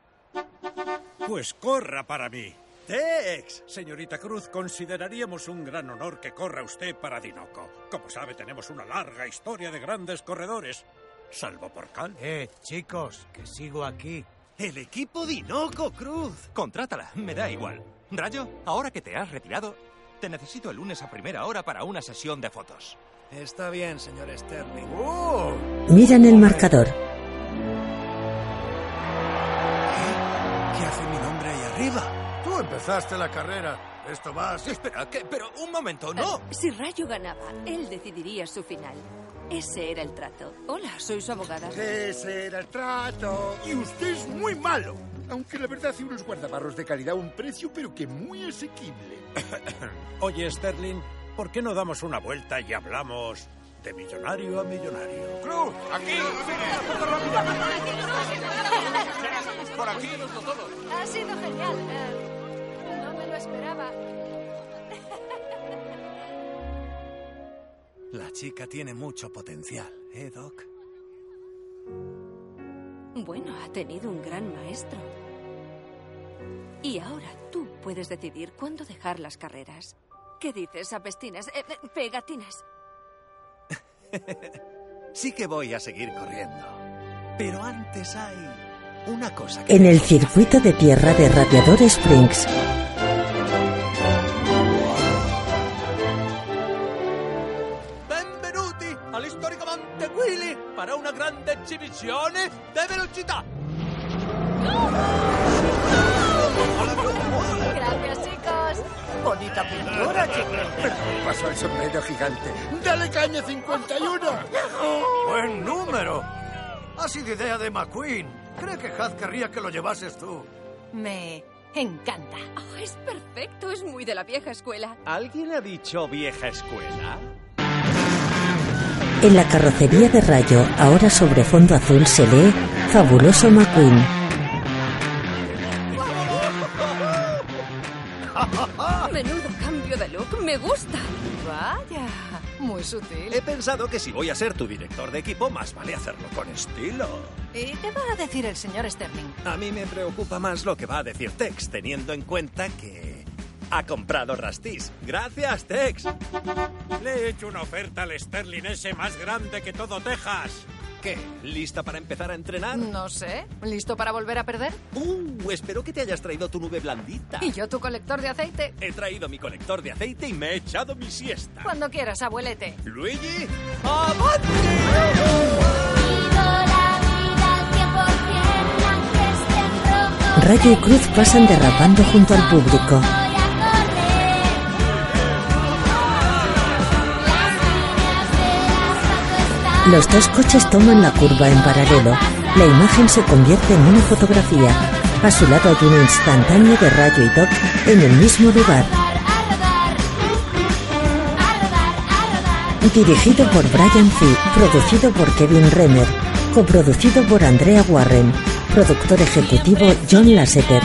Speaker 49: Pues corra para mí. Tex, señorita Cruz, consideraríamos un gran honor que corra usted para Dinoco. Como sabe, tenemos una larga historia de grandes corredores. Salvo por Cal.
Speaker 50: Eh, chicos, que sigo aquí.
Speaker 2: El equipo Dinoco Cruz.
Speaker 48: Contrátala, me da igual. Rayo, ahora que te has retirado, te necesito el lunes a primera hora para una sesión de fotos.
Speaker 2: Está bien, señor Sterling. ¡Uh!
Speaker 1: Miran el marcador.
Speaker 2: ¿Qué hace mi nombre ahí arriba?
Speaker 25: Tú empezaste la carrera. Esto va así.
Speaker 48: Espera, ¿qué? Pero un momento,
Speaker 41: Eh,
Speaker 48: no.
Speaker 17: Si Rayo ganaba, él decidiría su final. Ese era el trato. Hola, soy su abogada.
Speaker 51: Ese era el trato.
Speaker 3: Y usted es muy malo. Aunque la verdad hace unos guardabarros de calidad a un precio, pero que muy
Speaker 7: [laughs]
Speaker 3: asequible.
Speaker 49: [coughs] Oye, Sterling, ¿por qué no damos una vuelta y hablamos de millonario a millonario?
Speaker 13: ¡Cruz! ¡Aquí! ¡Por aquí!
Speaker 9: Ha sido genial. Eh, no me lo esperaba.
Speaker 2: La chica tiene mucho potencial, ¿eh, Doc? [laughs]
Speaker 17: Bueno, ha tenido un gran maestro. Y ahora tú puedes decidir cuándo dejar las carreras. ¿Qué dices, apestinas? Eh, eh, pegatinas.
Speaker 2: Sí que voy a seguir corriendo. Pero antes hay una cosa que...
Speaker 1: En el circuito de tierra de Radiador Springs,
Speaker 5: Benvenuti all'istorico Montequili para una grande exhibizione de velocità.
Speaker 9: Gracias, chicos.
Speaker 25: Bonita pintura, chico.
Speaker 3: Pasó el sombrero gigante. ¡Dale caña 51!
Speaker 25: Buen número. Ha sido idea de McQueen. Cree que Haz querría que lo
Speaker 48: [laughs]
Speaker 25: llevases tú.
Speaker 9: Me encanta.
Speaker 17: Ah, es perfecto, es muy de la vieja escuela.
Speaker 2: ¿Alguien ha dicho vieja escuela?
Speaker 1: en la carrocería de Rayo, ahora sobre fondo azul, se lee Fabuloso McQueen.
Speaker 17: Menudo cambio de look, me gusta.
Speaker 9: Vaya, muy sutil.
Speaker 2: He pensado que si voy a ser tu director de equipo, más vale hacerlo con estilo.
Speaker 9: ¿Y qué va a decir el señor Sterling?
Speaker 2: A mí me preocupa más lo que va a decir Tex, teniendo en cuenta que... Ha comprado Rastis. Gracias, Tex.
Speaker 49: Le he hecho una oferta al Sterling ese más grande que todo Texas.
Speaker 2: ¿Qué? ¿Lista para empezar a entrenar?
Speaker 9: No sé. ¿Listo para volver a perder?
Speaker 2: Uh, espero que te hayas traído tu nube blandita.
Speaker 9: ¿Y yo tu colector de aceite?
Speaker 2: He traído mi colector de aceite y me he echado mi siesta.
Speaker 9: Cuando quieras, abuelete.
Speaker 2: Luigi,
Speaker 1: Rayo y Cruz pasan derrapando junto al público. Los dos coches toman la curva en paralelo. La imagen se convierte en una fotografía. A su lado hay un instantáneo de Rayo y Doc en el mismo lugar. Dirigido por Brian Fee, producido por Kevin Remer, coproducido por Andrea Warren, productor ejecutivo John Lasseter.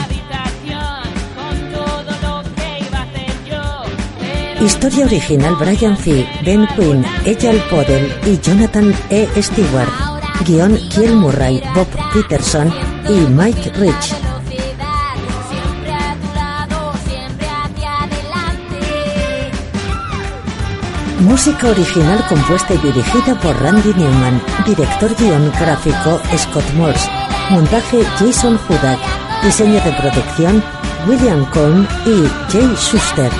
Speaker 1: Historia original Brian Fee, Ben Quinn, Eyal Podel y Jonathan E. Stewart. Guión Kiel Murray, Bob Peterson y Mike Rich. Música original compuesta y dirigida por Randy Newman. Director guión gráfico Scott Morse. Montaje Jason Hudak. Diseño de producción William Cohn y Jay Schuster.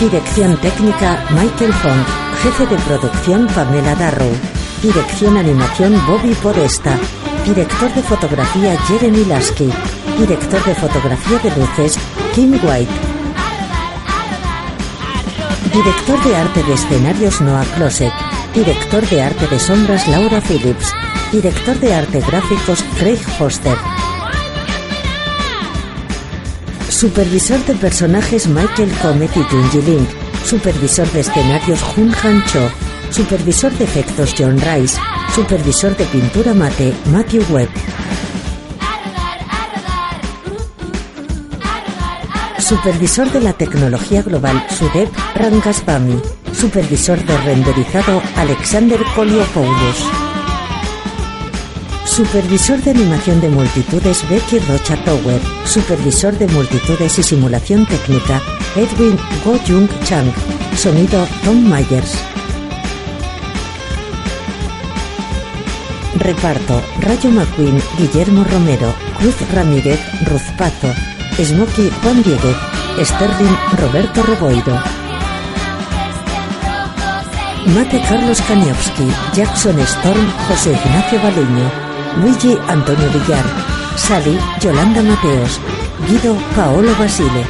Speaker 1: Dirección técnica Michael Font. Jefe de producción Pamela Darrow. Dirección animación Bobby Podesta. Director de fotografía Jeremy Lasky. Director de fotografía de luces Kim White. Director de arte de escenarios Noah Closet. Director de arte de sombras Laura Phillips. Director de arte gráficos Craig Foster. Supervisor de personajes Michael Comet y Junji Link. Supervisor de escenarios Jun Han Cho. Supervisor de efectos John Rice. Supervisor de pintura mate Matthew Webb. Supervisor de la tecnología global Sudeb Rangaspami. Supervisor de renderizado Alexander Koliopoulos. Supervisor de animación de multitudes Becky Rocha Tower. Supervisor de multitudes y simulación técnica Edwin Go Jung Chang. Sonido Tom Myers. Reparto: Rayo McQueen, Guillermo Romero, Cruz Ramírez, Ruz Pazo, Smokey Juan Dieguez, Sterling Roberto Reboido. Mate Carlos Kaniowski, Jackson Storm, José Ignacio Baleño. Luigi Antonio Villar, Sally Yolanda Mateos, Guido Paolo Basile.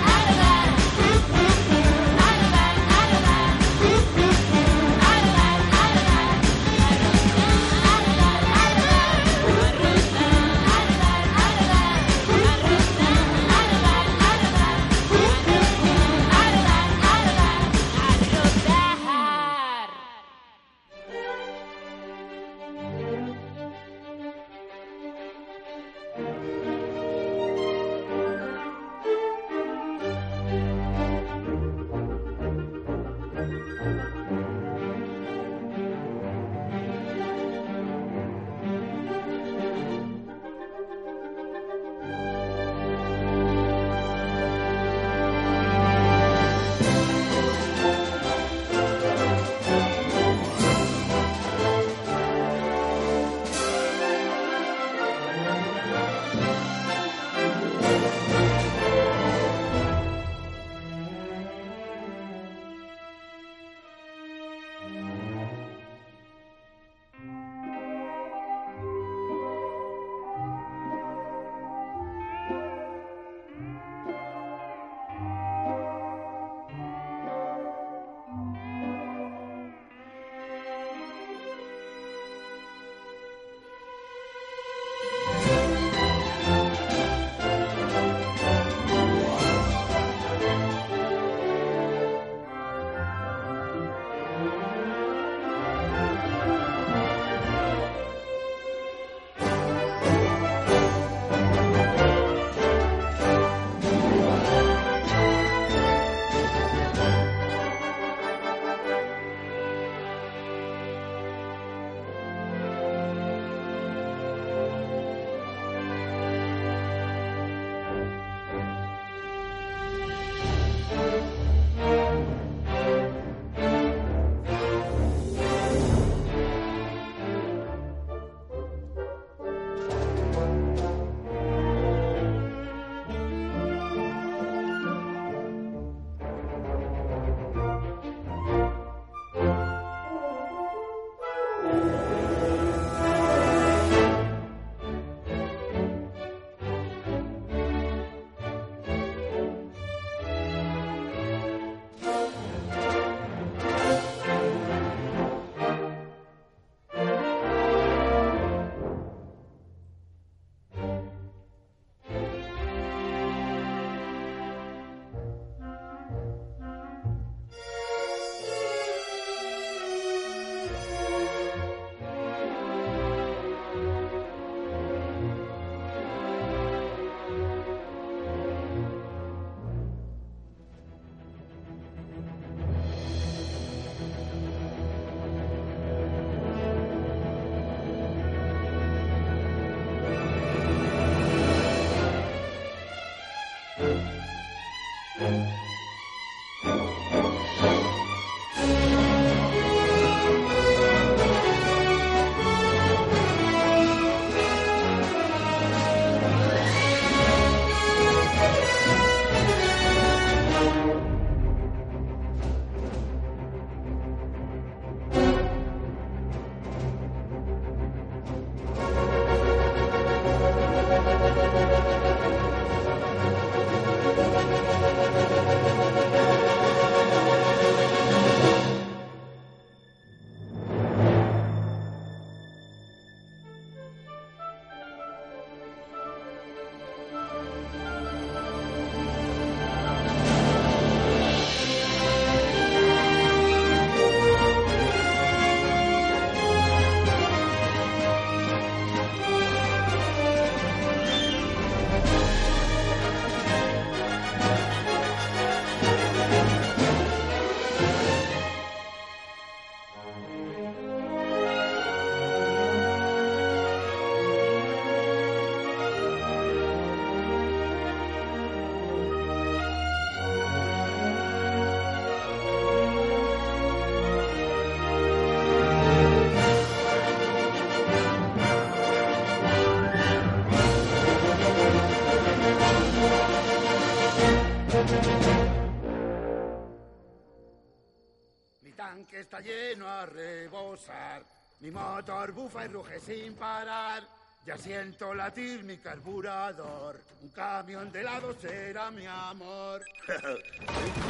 Speaker 3: está lleno a rebosar. Mi motor bufa y ruge sin parar. Ya siento latir mi carburador. Un camión de lado será mi amor.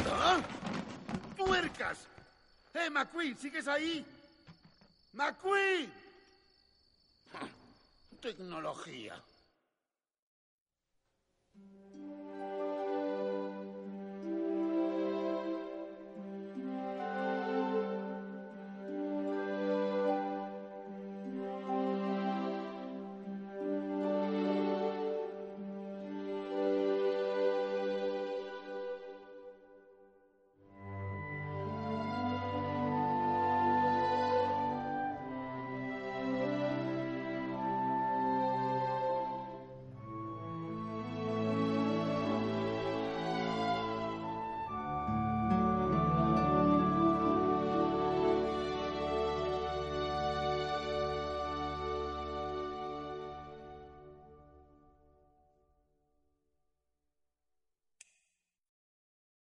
Speaker 3: ¿Ah? ¡Puercas! ¡Eh, McQueen, ¿sigues ahí? ¡McQueen! Tecnología.